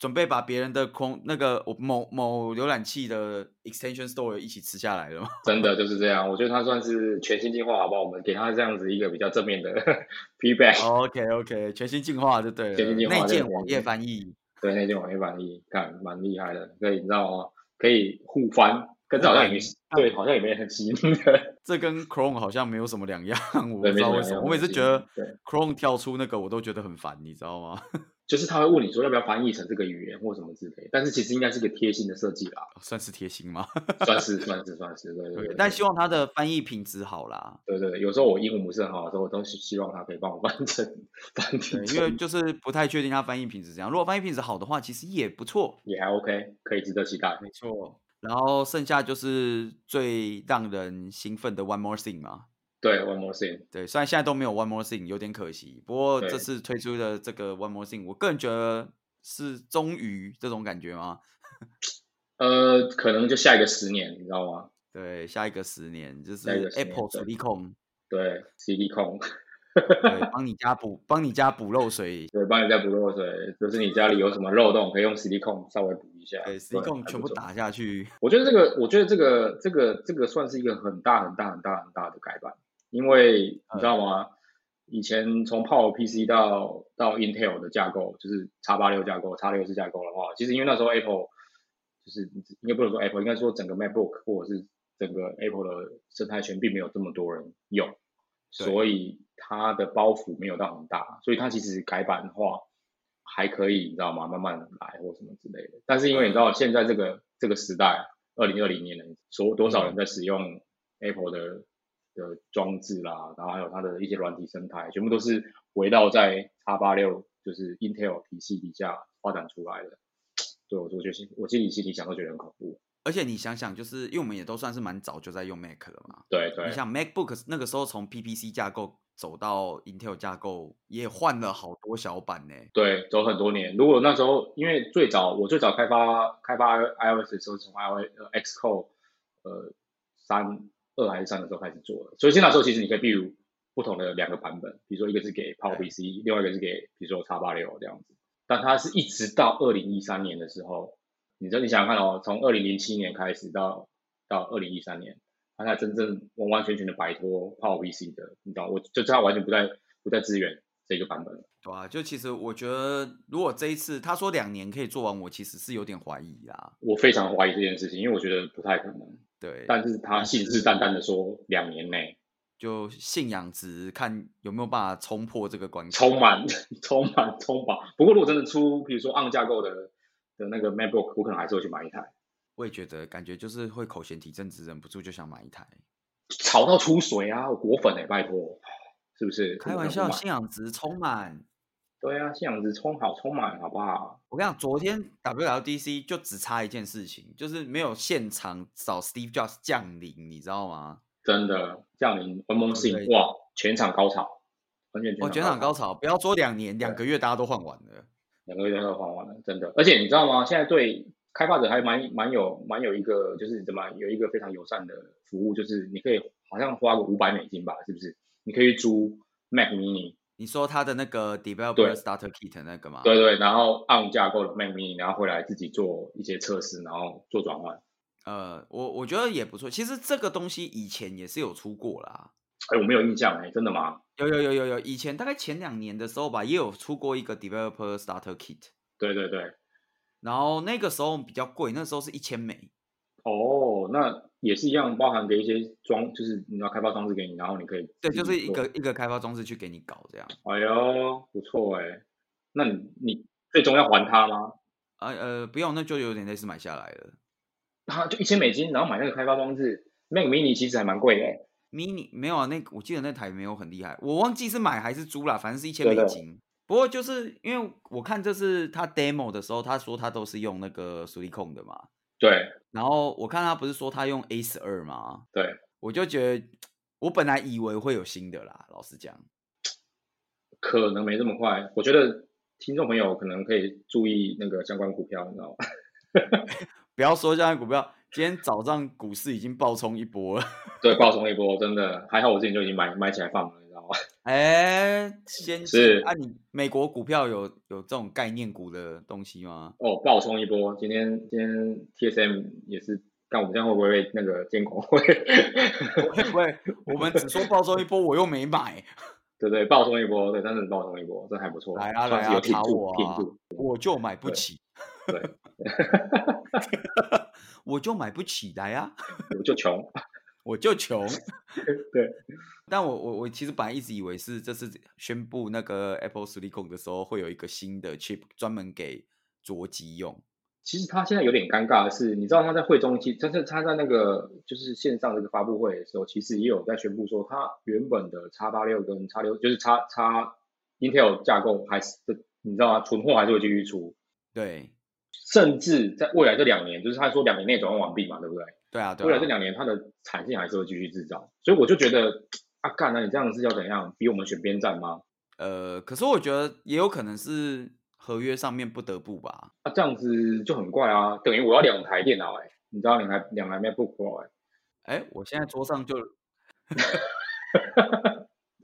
[SPEAKER 2] 准备把别人的空那个我某某浏览器的 extension store 一起吃下来了 吗？
[SPEAKER 1] 真的就是这样。我觉得它算是全新进化，好不好？我们给它这样子一个比较正面的 feedback。
[SPEAKER 2] OK OK，全新进化就对了，
[SPEAKER 1] 全新进化
[SPEAKER 2] 内
[SPEAKER 1] 对
[SPEAKER 2] 建
[SPEAKER 1] 对
[SPEAKER 2] 网页
[SPEAKER 1] 对
[SPEAKER 2] 翻译，
[SPEAKER 1] 对，那件网页版你看蛮厉害的，所以你知道吗？可以互翻，跟这好像也没
[SPEAKER 2] 互翻
[SPEAKER 1] 对，好像也没很吸引人。
[SPEAKER 2] 这跟 Chrome 好像没有什么两样， 我不
[SPEAKER 1] 对，
[SPEAKER 2] 知
[SPEAKER 1] 没什么
[SPEAKER 2] 道为
[SPEAKER 1] 两
[SPEAKER 2] 什么，
[SPEAKER 1] 样
[SPEAKER 2] 我每次
[SPEAKER 1] 东西
[SPEAKER 2] 觉得
[SPEAKER 1] 对，
[SPEAKER 2] Chrome 跳出那个我都觉得很烦，你知道吗？
[SPEAKER 1] 就是他会问你说要不要翻译成这个语言或什么之类，但是其实应该是个贴心的设计啦，
[SPEAKER 2] 算是贴心吗？
[SPEAKER 1] 算是算是算是，对对对。
[SPEAKER 2] 但希望它的翻译品质好啦，
[SPEAKER 1] 对对对，有时候我英文不是很好的时候，我都希希望他可以帮我翻成翻
[SPEAKER 2] 对
[SPEAKER 1] 译，
[SPEAKER 2] 因为
[SPEAKER 1] 成
[SPEAKER 2] 就是不太确定它翻译品质怎样。如果翻译品质好的话，其实也不错，
[SPEAKER 1] 也还 OK，可以值得期待。
[SPEAKER 2] 没错。然后剩下就是最让人兴奋的 One More Thing 嘛，
[SPEAKER 1] 对，One more thing，
[SPEAKER 2] 对，虽然现在都没有 One More Thing，有点可惜。不过这
[SPEAKER 1] 对
[SPEAKER 2] 次推出的这个 One More Thing，我个人觉得是终于这种感觉吗？
[SPEAKER 1] 呃，可能就下一个十年，你知道吗？
[SPEAKER 2] 对，下一个十年就是
[SPEAKER 1] 下一个十年
[SPEAKER 2] Apple
[SPEAKER 1] 对
[SPEAKER 2] 处 理控，
[SPEAKER 1] 对，CD 控。
[SPEAKER 2] 对，帮你家补，帮你家补漏水，
[SPEAKER 1] 对，帮你再补漏水，就是你家里有什么漏洞，可以用 CD 控稍微补一下。
[SPEAKER 2] 对，C 控
[SPEAKER 1] 还
[SPEAKER 2] 全
[SPEAKER 1] 不
[SPEAKER 2] 部
[SPEAKER 1] 错。
[SPEAKER 2] 打下去。
[SPEAKER 1] 我觉得这个，我觉得这个，这个，这个算是一个很大很大很大很大的改版，因为你知道吗？以前从 Power PC 到到 Intel 的架构，就是 X 八六架构、X 六四架构的话，其实因为那时候 Apple 就是应该不能说 Apple，应该说整个 MacBook 或者是整个 Apple 的生态圈并没有这么多人用，
[SPEAKER 2] 对
[SPEAKER 1] 所以它的包袱没有到很大，所以它其实改版的话还可以，你知道吗？慢慢来或什么之类的。但是因为你知道现在这个这个时代，二零二零年了，所多少人在使用 Apple 的的装置啦，然后还有它的一些软体生态，全部都是围绕在 X 八六就是 Intel 体系底下发展出来的。对我，我觉得心我心里心里想都觉得很恐怖。
[SPEAKER 2] 而且你想想，就是因为我们也都算是蛮早就在用 Mac 了嘛。
[SPEAKER 1] 对对
[SPEAKER 2] 你，想 MacBook 那个时候从 PPC 架构走到 Intel 架构，也换了好多小版呢、
[SPEAKER 1] 对，走很多年。如果那时候，因为最早我最早开发开发 iOS 的时候，是从 iOS 呃 Xcode 呃三二还是三的时候开始做的，所以现在时候其实你可以，比如不同的两个版本，比如说一个是给 Power
[SPEAKER 2] 对
[SPEAKER 1] PC，另外一个是给比如说 X 八六这样子。但它是一直到二零一三年的时候，你知道你想想看哦，从二零零七年开始到到二零一三年，它才真正完完全全的摆脱 Power PC 的，你知道，我就知道完全不再不再支援这个版本了。
[SPEAKER 2] 对啊，就其实我觉得，如果这一次他说两年可以做完，我其实是有点怀疑啦。
[SPEAKER 1] 我非常怀疑这件事情，因为我觉得不太可能。
[SPEAKER 2] 对，
[SPEAKER 1] 但是他信誓旦旦的说两年内
[SPEAKER 2] 就信仰值看有没有办法冲破这个关卡。
[SPEAKER 1] 充满 充满充满。不过如果真的出，比如说 on 架构的的那个 MacBook，我可能还是会去买一台。
[SPEAKER 2] 我也觉得，感觉就是会口嫌体正直，忍不住就想买一台。
[SPEAKER 1] 炒到出水啊，我果粉哎、拜托，是不是？
[SPEAKER 2] 开玩笑，信仰值充满。
[SPEAKER 1] 对啊，信仰值充好充满好不好？
[SPEAKER 2] 我跟你讲，昨天 WWDC 就只差一件事情，就是没有现场找 Steve Jobs 降临，你知道吗？
[SPEAKER 1] 真的，降临文蒙适
[SPEAKER 2] 对
[SPEAKER 1] 应，哇，全场高潮，完全
[SPEAKER 2] 我
[SPEAKER 1] 全
[SPEAKER 2] 全场
[SPEAKER 1] 场
[SPEAKER 2] 高潮，不要说两年，两个月大家都换完了。
[SPEAKER 1] 两个月都换完了，真的。而且你知道吗？现在对开发者还蛮蛮有蛮有一个，就是怎么有一个非常友善的服务，就是你可以好像花个五百美金吧，是不是？你可以租 Mac Mini，
[SPEAKER 2] 你说他的那个 developer
[SPEAKER 1] 对
[SPEAKER 2] starter kit 那个吗？
[SPEAKER 1] 对，对，然后按架构的 Mac Mini，然后回来自己做一些测试，然后做转换。
[SPEAKER 2] 呃，我我觉得也不错。其实这个东西以前也是有出过啦，
[SPEAKER 1] 哎，我没有印象哎，真的吗？
[SPEAKER 2] 有有有有有，以前大概前两年的时候吧，也有出过一个 developer starter kit，
[SPEAKER 1] 对对对，
[SPEAKER 2] 然后那个时候比较贵，那时候是一千美，
[SPEAKER 1] 哦，那也是一样，包含给一些装，就是你要开发装置给你，然后你可以
[SPEAKER 2] 对，
[SPEAKER 1] 自己
[SPEAKER 2] 就是一
[SPEAKER 1] 做
[SPEAKER 2] 个一个开发装置去给你搞这样。
[SPEAKER 1] 哎呦，不错哎、那你你最终要还他吗？
[SPEAKER 2] 啊呃，不用，那就有点类似买下来了。
[SPEAKER 1] 他就一千美金，然后买那个开发装置，Mac Mini 其实还蛮贵的、欸。
[SPEAKER 2] mini 没有啊，那个我记得那台没有很厉害，我忘记是买还是租啦，反正是一千
[SPEAKER 1] 对
[SPEAKER 2] 美
[SPEAKER 1] 对
[SPEAKER 2] 金。不过就是因为我看这是他 demo 的时候，他说他都是用那个 s u l i c o n 的嘛，
[SPEAKER 1] 对
[SPEAKER 2] 然后我看他不是说他用 A 十二吗？
[SPEAKER 1] 对，
[SPEAKER 2] 我就觉得我本来以为会有新的啦，老实讲。
[SPEAKER 1] 可能没这么快。我觉得听众朋友可能可以注意那个相关股票，你知 道吗？
[SPEAKER 2] 不要说这样股票，今天早上股市已经暴冲一波了。
[SPEAKER 1] 对，暴冲一波，真的还好，我自己就已经买买起来放了，你知道吗？
[SPEAKER 2] 哎、先
[SPEAKER 1] 是
[SPEAKER 2] 啊，你美国股票有有这种概念股的东西吗？
[SPEAKER 1] 哦，暴冲一波，今天今天 TSM 也是，但我们这样会不会被那个监管会？
[SPEAKER 2] 会不会我们只说暴冲一波，我又没买，
[SPEAKER 1] 对对，暴冲一波，对，真的是暴冲一波，这还不错，
[SPEAKER 2] 来啊
[SPEAKER 1] 算
[SPEAKER 2] 来
[SPEAKER 1] 是
[SPEAKER 2] 啊，
[SPEAKER 1] 有挺
[SPEAKER 2] 查
[SPEAKER 1] 住、
[SPEAKER 2] 我
[SPEAKER 1] 挺
[SPEAKER 2] 啊
[SPEAKER 1] 住，，
[SPEAKER 2] 我就买不起，
[SPEAKER 1] 对，
[SPEAKER 2] 我就买不起来啊，
[SPEAKER 1] 我就穷，
[SPEAKER 2] 我就穷。
[SPEAKER 1] 对。
[SPEAKER 2] 但我我我其实本来一直以为是这次宣布那个 Apple Silicon 的时候会有一个新的 chip 专门给着机用。
[SPEAKER 1] 其实他现在有点尴尬的是，你知道他在会中期，但是他在那个就是线上这个发布会的时候，其实也有在宣布说，他原本的 x 八六跟 x 六就是 x x Intel 架构还是你知道吗？存货还是会继续出，
[SPEAKER 2] 对
[SPEAKER 1] 甚至在未来这两年，就是他说两年内转换完毕嘛，对不对？
[SPEAKER 2] 对啊，对啊。
[SPEAKER 1] 未来这两年它的产线还是会继续制造，所以我就觉得啊，干，那你这样是要怎样？逼我们选边站吗？
[SPEAKER 2] 呃，可是我觉得也有可能是合约上面不得不吧。
[SPEAKER 1] 啊，这样子就很怪啊，等于我要两台电脑哎、你知道两台两台 MacBook Pro 哎、
[SPEAKER 2] 哎，我现在桌 上就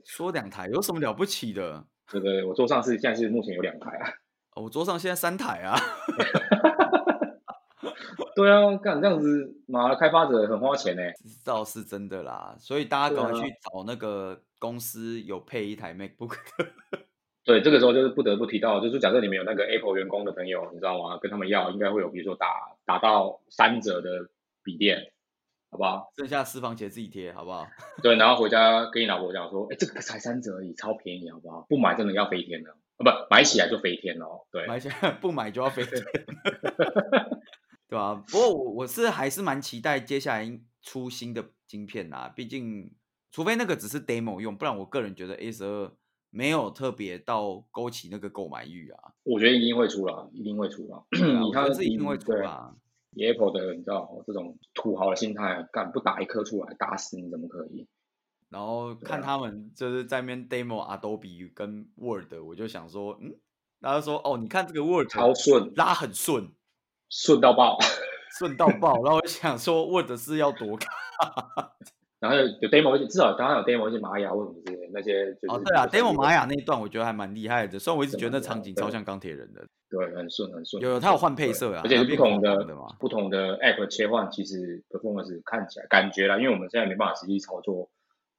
[SPEAKER 2] 说两台有什么了不起的？
[SPEAKER 1] 对对，对我桌上是现在是目前有两台啊。
[SPEAKER 2] 哦我桌上现在三台啊，
[SPEAKER 1] 对啊，干这样子，妈的，开发者很花钱呢、
[SPEAKER 2] 这倒是真的啦。所以大家赶快
[SPEAKER 1] 对啊
[SPEAKER 2] 去找那个公司有配一台 MacBook 的。
[SPEAKER 1] 对，这个时候就是不得不提到，就是假设你们有那个 Apple 员工的朋友，你知道吗？跟他们要，应该会有，比如说打打到三折的笔电，好不好？
[SPEAKER 2] 剩下私房钱自己贴，好不好？
[SPEAKER 1] 对，然后回家跟你老婆讲说，哎，这个才三折而已，超便宜，好不好？不买真的要飞天了，啊，不买起来就飞天哦。对，
[SPEAKER 2] 买下不买就要飞天， 对吧、不过我我是还是蛮期待接下来出新的晶片啦，毕竟除非那个只是 demo 用，不然我个人觉得 A 十二没有特别到勾起那个购买欲啊。
[SPEAKER 1] 我觉得一定会出了，一定会出了。
[SPEAKER 2] 对 啊
[SPEAKER 1] 你
[SPEAKER 2] 我觉
[SPEAKER 1] 看
[SPEAKER 2] 得这一定会出
[SPEAKER 1] 对
[SPEAKER 2] 啊。
[SPEAKER 1] 以 Apple 的，你知道这种土豪的心态，干不打一颗出来，打死你怎么可以？
[SPEAKER 2] 然后看
[SPEAKER 1] 啊
[SPEAKER 2] 他们就是在面 demo Adobe 跟 Word，我就想说，嗯，大家说哦，你看这个 Word
[SPEAKER 1] 超顺，
[SPEAKER 2] 拉很顺，
[SPEAKER 1] 顺到爆。
[SPEAKER 2] 顺到爆，然后我就想说 Word 是要多看
[SPEAKER 1] 然后有有 demo，一些至少当然有 demo 一些玛雅或什么之类的那些就是
[SPEAKER 2] 哦，对啊
[SPEAKER 1] 比较
[SPEAKER 2] ，demo 玛
[SPEAKER 1] 雅
[SPEAKER 2] 雅那一段我觉得还蛮厉害的，虽然我一直
[SPEAKER 1] 真
[SPEAKER 2] 觉得
[SPEAKER 1] 的
[SPEAKER 2] 那
[SPEAKER 1] 很
[SPEAKER 2] 场
[SPEAKER 1] 厉
[SPEAKER 2] 景
[SPEAKER 1] 害
[SPEAKER 2] 超
[SPEAKER 1] 对
[SPEAKER 2] 像钢铁人的，
[SPEAKER 1] 对，很顺很顺。
[SPEAKER 2] 有有它有换配
[SPEAKER 1] 对
[SPEAKER 2] 色啊，
[SPEAKER 1] 而且
[SPEAKER 2] 它
[SPEAKER 1] 是不
[SPEAKER 2] 变
[SPEAKER 1] 同
[SPEAKER 2] 黄黄
[SPEAKER 1] 的
[SPEAKER 2] 的嘛，
[SPEAKER 1] 不同的 app 切换，其实 performance 看起来感觉啦，因为我们现在没办法实际操作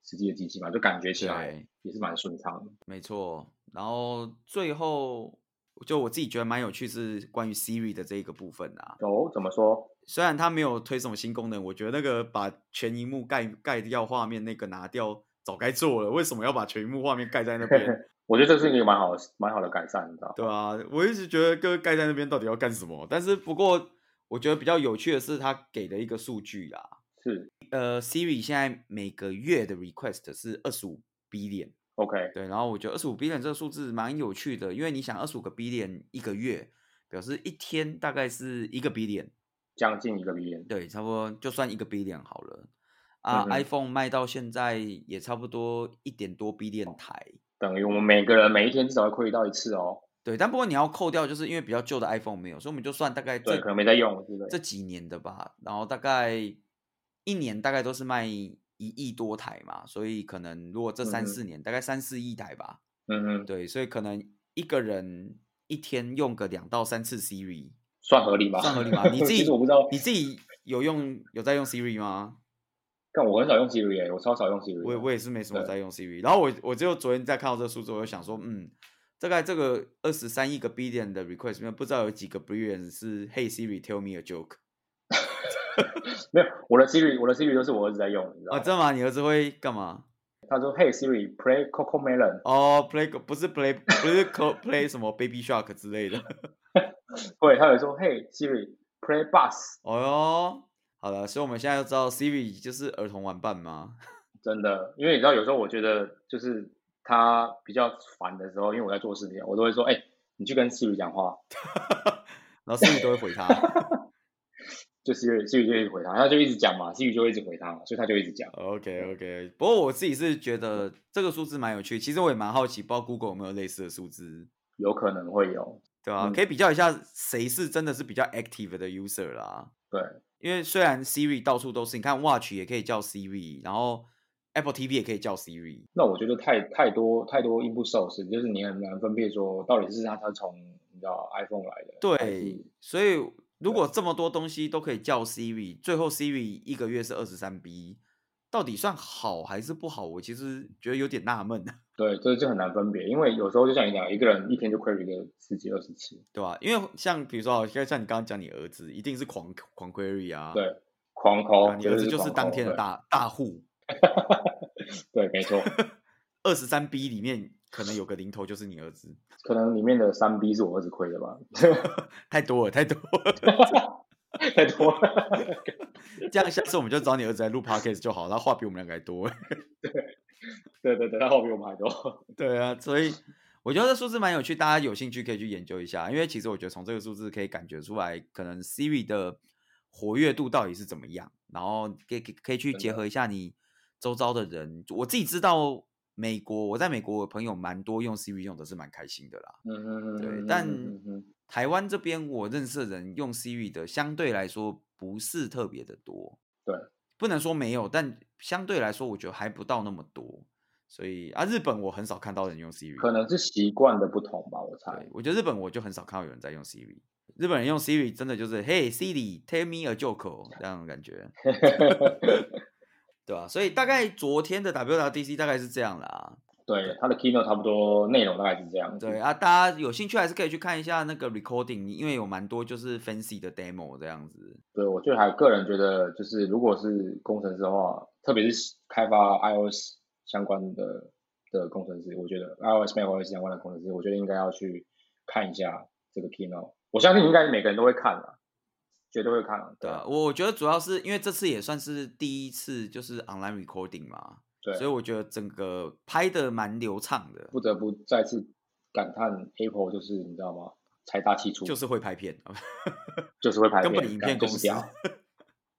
[SPEAKER 1] 实际的机器嘛，就感觉起来
[SPEAKER 2] 对，
[SPEAKER 1] 也是蛮顺畅的。
[SPEAKER 2] 没错。然后最后就我自己觉得蛮有趣是关于 Siri 的这一个部分啊，
[SPEAKER 1] 哦，怎么说？
[SPEAKER 2] 虽然它没有推什么新功能，我觉得那个把全荧幕盖盖掉画面那个拿掉，早该做了。为什么要把全荧幕画面盖在那 边？
[SPEAKER 1] 我觉得这是一个蛮好的蛮好的改善，你知道吗？
[SPEAKER 2] 对啊，我一直觉得各盖在那边到底要干什么？但是不过我觉得比较有趣的是它给的一个数据啊啦，
[SPEAKER 1] 是
[SPEAKER 2] 呃，Siri 现在每个月的 request 是二十五 billion，
[SPEAKER 1] OK，
[SPEAKER 2] 对，然后我觉得二十五 billion 这个数字蛮有趣的，因为你想二十五个 billion 一个月，表示一天大概是一个 billion，
[SPEAKER 1] 将近一个 billion，
[SPEAKER 2] 对，差不多就算一个 billion 好了。
[SPEAKER 1] 嗯
[SPEAKER 2] 啊、
[SPEAKER 1] 哼
[SPEAKER 2] i p h o n e 卖到现在也差不多一点多 B 电台。
[SPEAKER 1] 等于我们每个人每一天至少会亏到一次哦。
[SPEAKER 2] 对，但不过你要扣掉，就是因为比较旧的 iPhone 没有，所以我们就算大概
[SPEAKER 1] 对，
[SPEAKER 2] 这
[SPEAKER 1] 可能没在用，对不
[SPEAKER 2] 这
[SPEAKER 1] 对？
[SPEAKER 2] 几年的吧，然后大概一年大概都是卖一亿多台嘛，所以可能如果这
[SPEAKER 1] 嗯
[SPEAKER 2] 三
[SPEAKER 1] 哼
[SPEAKER 2] 四年、大概三四亿台吧，
[SPEAKER 1] 嗯哼，
[SPEAKER 2] 对，所以可能一个人一天用个两到三次 Siri，
[SPEAKER 1] 算合理吧？
[SPEAKER 2] 算合理吗？你自
[SPEAKER 1] 其
[SPEAKER 2] 己
[SPEAKER 1] 实我不知道，
[SPEAKER 2] 你自己有用有在用 Siri 吗？
[SPEAKER 1] 但我很少用 Siri，耶我欸超少用 Siri 的。
[SPEAKER 2] 我也我也是没什么
[SPEAKER 1] 对
[SPEAKER 2] 在用 Siri。然后我我就昨天在看到这个数字，我就想说，嗯，大概这个二十三亿个 billion 的 request 里面，不知道有几个 billion 是 Hey Siri tell me a joke
[SPEAKER 1] 没有我的 Siri，我的 Siri 都是我儿子在用，你知道
[SPEAKER 2] 啊？
[SPEAKER 1] 吗？
[SPEAKER 2] 真的吗？你儿子会干嘛？
[SPEAKER 1] 他说：“Hey Siri，play Coco Melon。
[SPEAKER 2] 哦、p l a y 不是 play 不是 co- play 什么 Baby Shark 之类的。”
[SPEAKER 1] 对，他有说：“Hey Siri，play Bus。
[SPEAKER 2] 哦哟，好了，所以我们现在就知道 Siri 就是儿童玩伴吗？”
[SPEAKER 1] 真的，因为你知道，有时候我觉得就是他比较烦的时候，因为我在做事情，我都会说：“哎、你去跟 Siri 讲话。
[SPEAKER 2] 然后 Siri 都会回他。
[SPEAKER 1] 就 Siri Siri 就一直回他，他就一直讲嘛，Siri 就一直回他嘛，所以他就一直讲。
[SPEAKER 2] OK OK，不 过我自己是觉得这个数字蛮有趣，其实我也蛮好奇，不知道 Google 有没有类似的数字。
[SPEAKER 1] 有可能会有，
[SPEAKER 2] 对啊，
[SPEAKER 1] 嗯
[SPEAKER 2] 可以比较一下谁是真的是比较 active 的 user 啦。
[SPEAKER 1] 对，
[SPEAKER 2] 因为虽然 Siri 到处都是，你看 Watch 也可以叫 Siri，然后 Apple TV 也可以叫 Siri。
[SPEAKER 1] 那我觉得太太多太多 input source，就是你很难分辨说到底是他他从你知道 iPhone 来的，还
[SPEAKER 2] 对
[SPEAKER 1] 是，
[SPEAKER 2] 所以如
[SPEAKER 1] 啊
[SPEAKER 2] 果这么多东西都可以叫 Siri，最后 Siri 一个月是二十三 B，到底算好还是不好？我其实觉得有点纳闷，
[SPEAKER 1] 对，这就很难分别，因为有时候就像你讲，一个人一天就 query 个十几二十次，
[SPEAKER 2] 对吧、因为像比如说，像像你刚刚讲你儿子，一定是狂狂 query 啊，
[SPEAKER 1] 对，狂
[SPEAKER 2] 对
[SPEAKER 1] 抠
[SPEAKER 2] 啊，，你儿子
[SPEAKER 1] 绝对
[SPEAKER 2] 就是
[SPEAKER 1] 狂
[SPEAKER 2] 当
[SPEAKER 1] 抠
[SPEAKER 2] 天的，大大户，
[SPEAKER 1] 对对，没 错，
[SPEAKER 2] 二十三 B 里面可能有个零头就是你儿子。
[SPEAKER 1] 可能里面的三 B 是我儿子亏的吧，
[SPEAKER 2] 太多了，太 多了。
[SPEAKER 1] 太多了，
[SPEAKER 2] 这样下次我们就找你儿子来录 podcast 就好，他话比我们两个还多。
[SPEAKER 1] 对对对，他后面我们还多，
[SPEAKER 2] 对啊，所以我觉得这数字蛮有趣，大家有兴趣可以去研究一下，因为其实我觉得从这个数字可以感觉出来，可能 Siri 的活跃度到底是怎么样，然后可以可以可以去
[SPEAKER 1] 真
[SPEAKER 2] 结
[SPEAKER 1] 的
[SPEAKER 2] 合一下你周遭的人。我自己知道。美国，我在美国，我朋友蛮多用 Siri 用的是蛮开心的啦。
[SPEAKER 1] 嗯嗯嗯，
[SPEAKER 2] 对
[SPEAKER 1] 嗯，
[SPEAKER 2] 但
[SPEAKER 1] 嗯嗯嗯
[SPEAKER 2] 台湾这边我认识的人用 Siri 的相对来说不是特别的多，
[SPEAKER 1] 对，
[SPEAKER 2] 不能说没有，但相对来说我觉得还不到那么多。所以啊，日本我很少看到人用 Siri，
[SPEAKER 1] 可能是习惯的不同吧，我猜
[SPEAKER 2] 对，，我觉得日本我就很少看到有人在用 Siri。日本人用 Siri 真的就是 Hey Siri，tell me a joke 哦这样的感觉，对吧、所以大概昨天的 WWDC 大概是这样啦。
[SPEAKER 1] 对，他的 keynote 差不多内容大概是这样子，
[SPEAKER 2] 对啊，大家有兴趣还是可以去看一下那个 recording，因为有蛮多就是 fancy 的 demo 这样子。
[SPEAKER 1] 对，我就还个人觉得，就是如果是工程师的话，特别是开发 iOS 相关的的工程师，我觉得 iOS、macOS 相关的工程师，我觉得应该要去看一下这个 keynote。我相信应该每个人都会看啊，绝对会看啊。
[SPEAKER 2] 对
[SPEAKER 1] 对
[SPEAKER 2] 啊，我我觉得主要是因为这次也算是第一次就是 online recording 嘛，
[SPEAKER 1] 对，
[SPEAKER 2] 所以我觉得整个拍的蛮流畅的，
[SPEAKER 1] 不得不再次感叹 Apple 就是你知道吗？财大气粗，
[SPEAKER 2] 就是会拍片，
[SPEAKER 1] 就是会拍
[SPEAKER 2] 根
[SPEAKER 1] 片，
[SPEAKER 2] 本影片
[SPEAKER 1] 就
[SPEAKER 2] 公
[SPEAKER 1] 是
[SPEAKER 2] 司
[SPEAKER 1] 屌，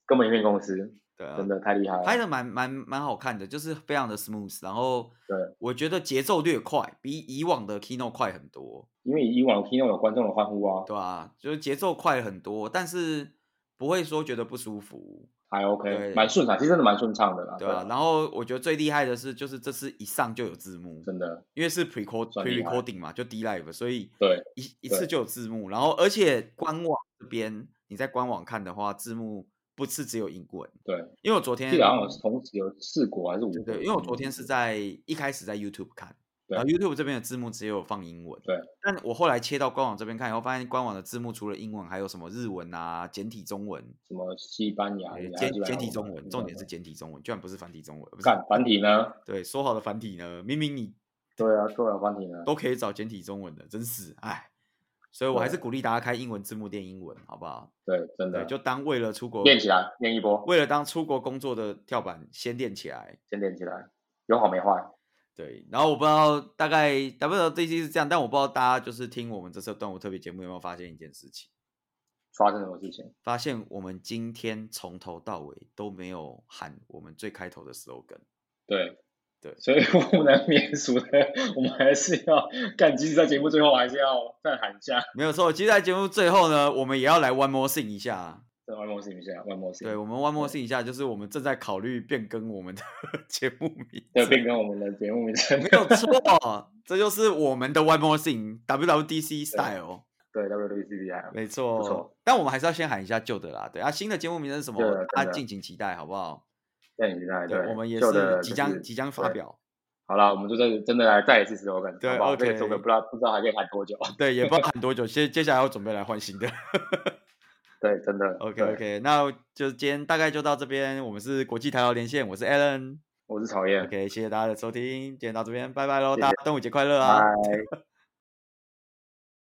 [SPEAKER 1] 根本影片公司
[SPEAKER 2] 对啊
[SPEAKER 1] 真，的太厉害了。
[SPEAKER 2] 拍的蛮蛮蛮好看的，就是非常的 smooth，然后
[SPEAKER 1] 对
[SPEAKER 2] 我觉得节奏略快，比以往的 keynote 快很多，
[SPEAKER 1] 因为以往 keynote 有观众的欢呼啊，
[SPEAKER 2] 对啊，就是节奏快很多，但是不会说觉得不舒服，
[SPEAKER 1] 还
[SPEAKER 2] 对
[SPEAKER 1] OK，蛮顺畅，其实真的蛮顺畅的啦。
[SPEAKER 2] 对啊，然后我觉得最厉害的是，就是这次一上就有字幕，
[SPEAKER 1] 真的
[SPEAKER 2] 因为是 pre record
[SPEAKER 1] 算
[SPEAKER 2] pre
[SPEAKER 1] 厉害
[SPEAKER 2] recording 嘛，就 D live，所以
[SPEAKER 1] 对
[SPEAKER 2] 一一
[SPEAKER 1] 对
[SPEAKER 2] 次就有字幕，然后而且官网这边你在官网看的话，字幕不是只有英文，
[SPEAKER 1] 对。
[SPEAKER 2] 因为我昨天
[SPEAKER 1] 记啊得好像有同时有四国还是五国？
[SPEAKER 2] 对，因为我昨天是在一开始在 YouTube 看，
[SPEAKER 1] 对
[SPEAKER 2] 然后 YouTube 这边的字幕只有放英文，
[SPEAKER 1] 对，
[SPEAKER 2] 但我后来切到官网这边看以后，发现官网的字幕除了英文，还有什么日文啊、简体中文。
[SPEAKER 1] 什么西班牙
[SPEAKER 2] 呃
[SPEAKER 1] 语啊、
[SPEAKER 2] 简
[SPEAKER 1] 西班牙
[SPEAKER 2] 简体
[SPEAKER 1] 文
[SPEAKER 2] 中文，
[SPEAKER 1] 嗯
[SPEAKER 2] 重点是简体中文，居然不是繁体中文，不是
[SPEAKER 1] 干繁体呢？
[SPEAKER 2] 对，说好的繁体呢？明明你
[SPEAKER 1] 对啊，对啊，繁体呢？
[SPEAKER 2] 都可以找简体中文的，真是哎。所以我还是
[SPEAKER 1] 对
[SPEAKER 2] 鼓励大家开英文字幕练英文，好不好？
[SPEAKER 1] 对，真
[SPEAKER 2] 对，
[SPEAKER 1] 的
[SPEAKER 2] 就当为了出国
[SPEAKER 1] 练起来，练一波，
[SPEAKER 2] 为了当出国工作的跳板，先练起来。
[SPEAKER 1] 先练起来，有好没坏。
[SPEAKER 2] 对，然后我不知道大概 WWDC 是这样，但我不知道大家就是听我们这次端午特别节目有没有发现一件事情，
[SPEAKER 1] 发生什么事情？
[SPEAKER 2] 发现我们今天从头到尾都没有喊我们最开头的 slogan。
[SPEAKER 1] 对
[SPEAKER 2] 对
[SPEAKER 1] 所以不能免俗的，我们还是要干。即使在节目最后，还是要再喊一下，
[SPEAKER 2] 没有错，其实在节目最后呢，我们也要来 one more thing 一下啊。
[SPEAKER 1] 再 one more thing 一下，one more thing。
[SPEAKER 2] 对，我们 one more thing 一下，就是我们正在考虑变更我们的 节目名
[SPEAKER 1] 对，
[SPEAKER 2] 字。
[SPEAKER 1] 变更我们的节目名称。
[SPEAKER 2] 没有错，这就是我们的 one more thing，WWDC style。
[SPEAKER 1] 对，WWDC 还有
[SPEAKER 2] 没错，
[SPEAKER 1] 不错
[SPEAKER 2] 但我们还是要先喊一下旧的啦。对啊，新的节目名称是什么
[SPEAKER 1] 对啊？
[SPEAKER 2] 大
[SPEAKER 1] 真
[SPEAKER 2] 家
[SPEAKER 1] 的
[SPEAKER 2] 敬请期待，好不好？
[SPEAKER 1] 对，你在对，
[SPEAKER 2] 我们也
[SPEAKER 1] 旧的就
[SPEAKER 2] 是即将
[SPEAKER 1] 是
[SPEAKER 2] 即将发
[SPEAKER 1] 对
[SPEAKER 2] 表。
[SPEAKER 1] 好了，我们就真的真的来再一次 slogan，
[SPEAKER 2] 对
[SPEAKER 1] 好不好？这个
[SPEAKER 2] OK
[SPEAKER 1] slogan 不知道不知道还可以喊多久。
[SPEAKER 2] 对，也不知道喊多久，接接下来要准备来换新的。
[SPEAKER 1] 对，真的。
[SPEAKER 2] OK
[SPEAKER 1] 对
[SPEAKER 2] OK，那就今天大概就到这边。我们是国际台劳连线，我是 Alan。
[SPEAKER 1] 我是曹燕，
[SPEAKER 2] OK，谢谢大家的收听，今天到这边，拜拜喽！
[SPEAKER 1] 谢
[SPEAKER 2] 大家端午节快乐
[SPEAKER 1] 拜
[SPEAKER 2] 啊！
[SPEAKER 1] 拜。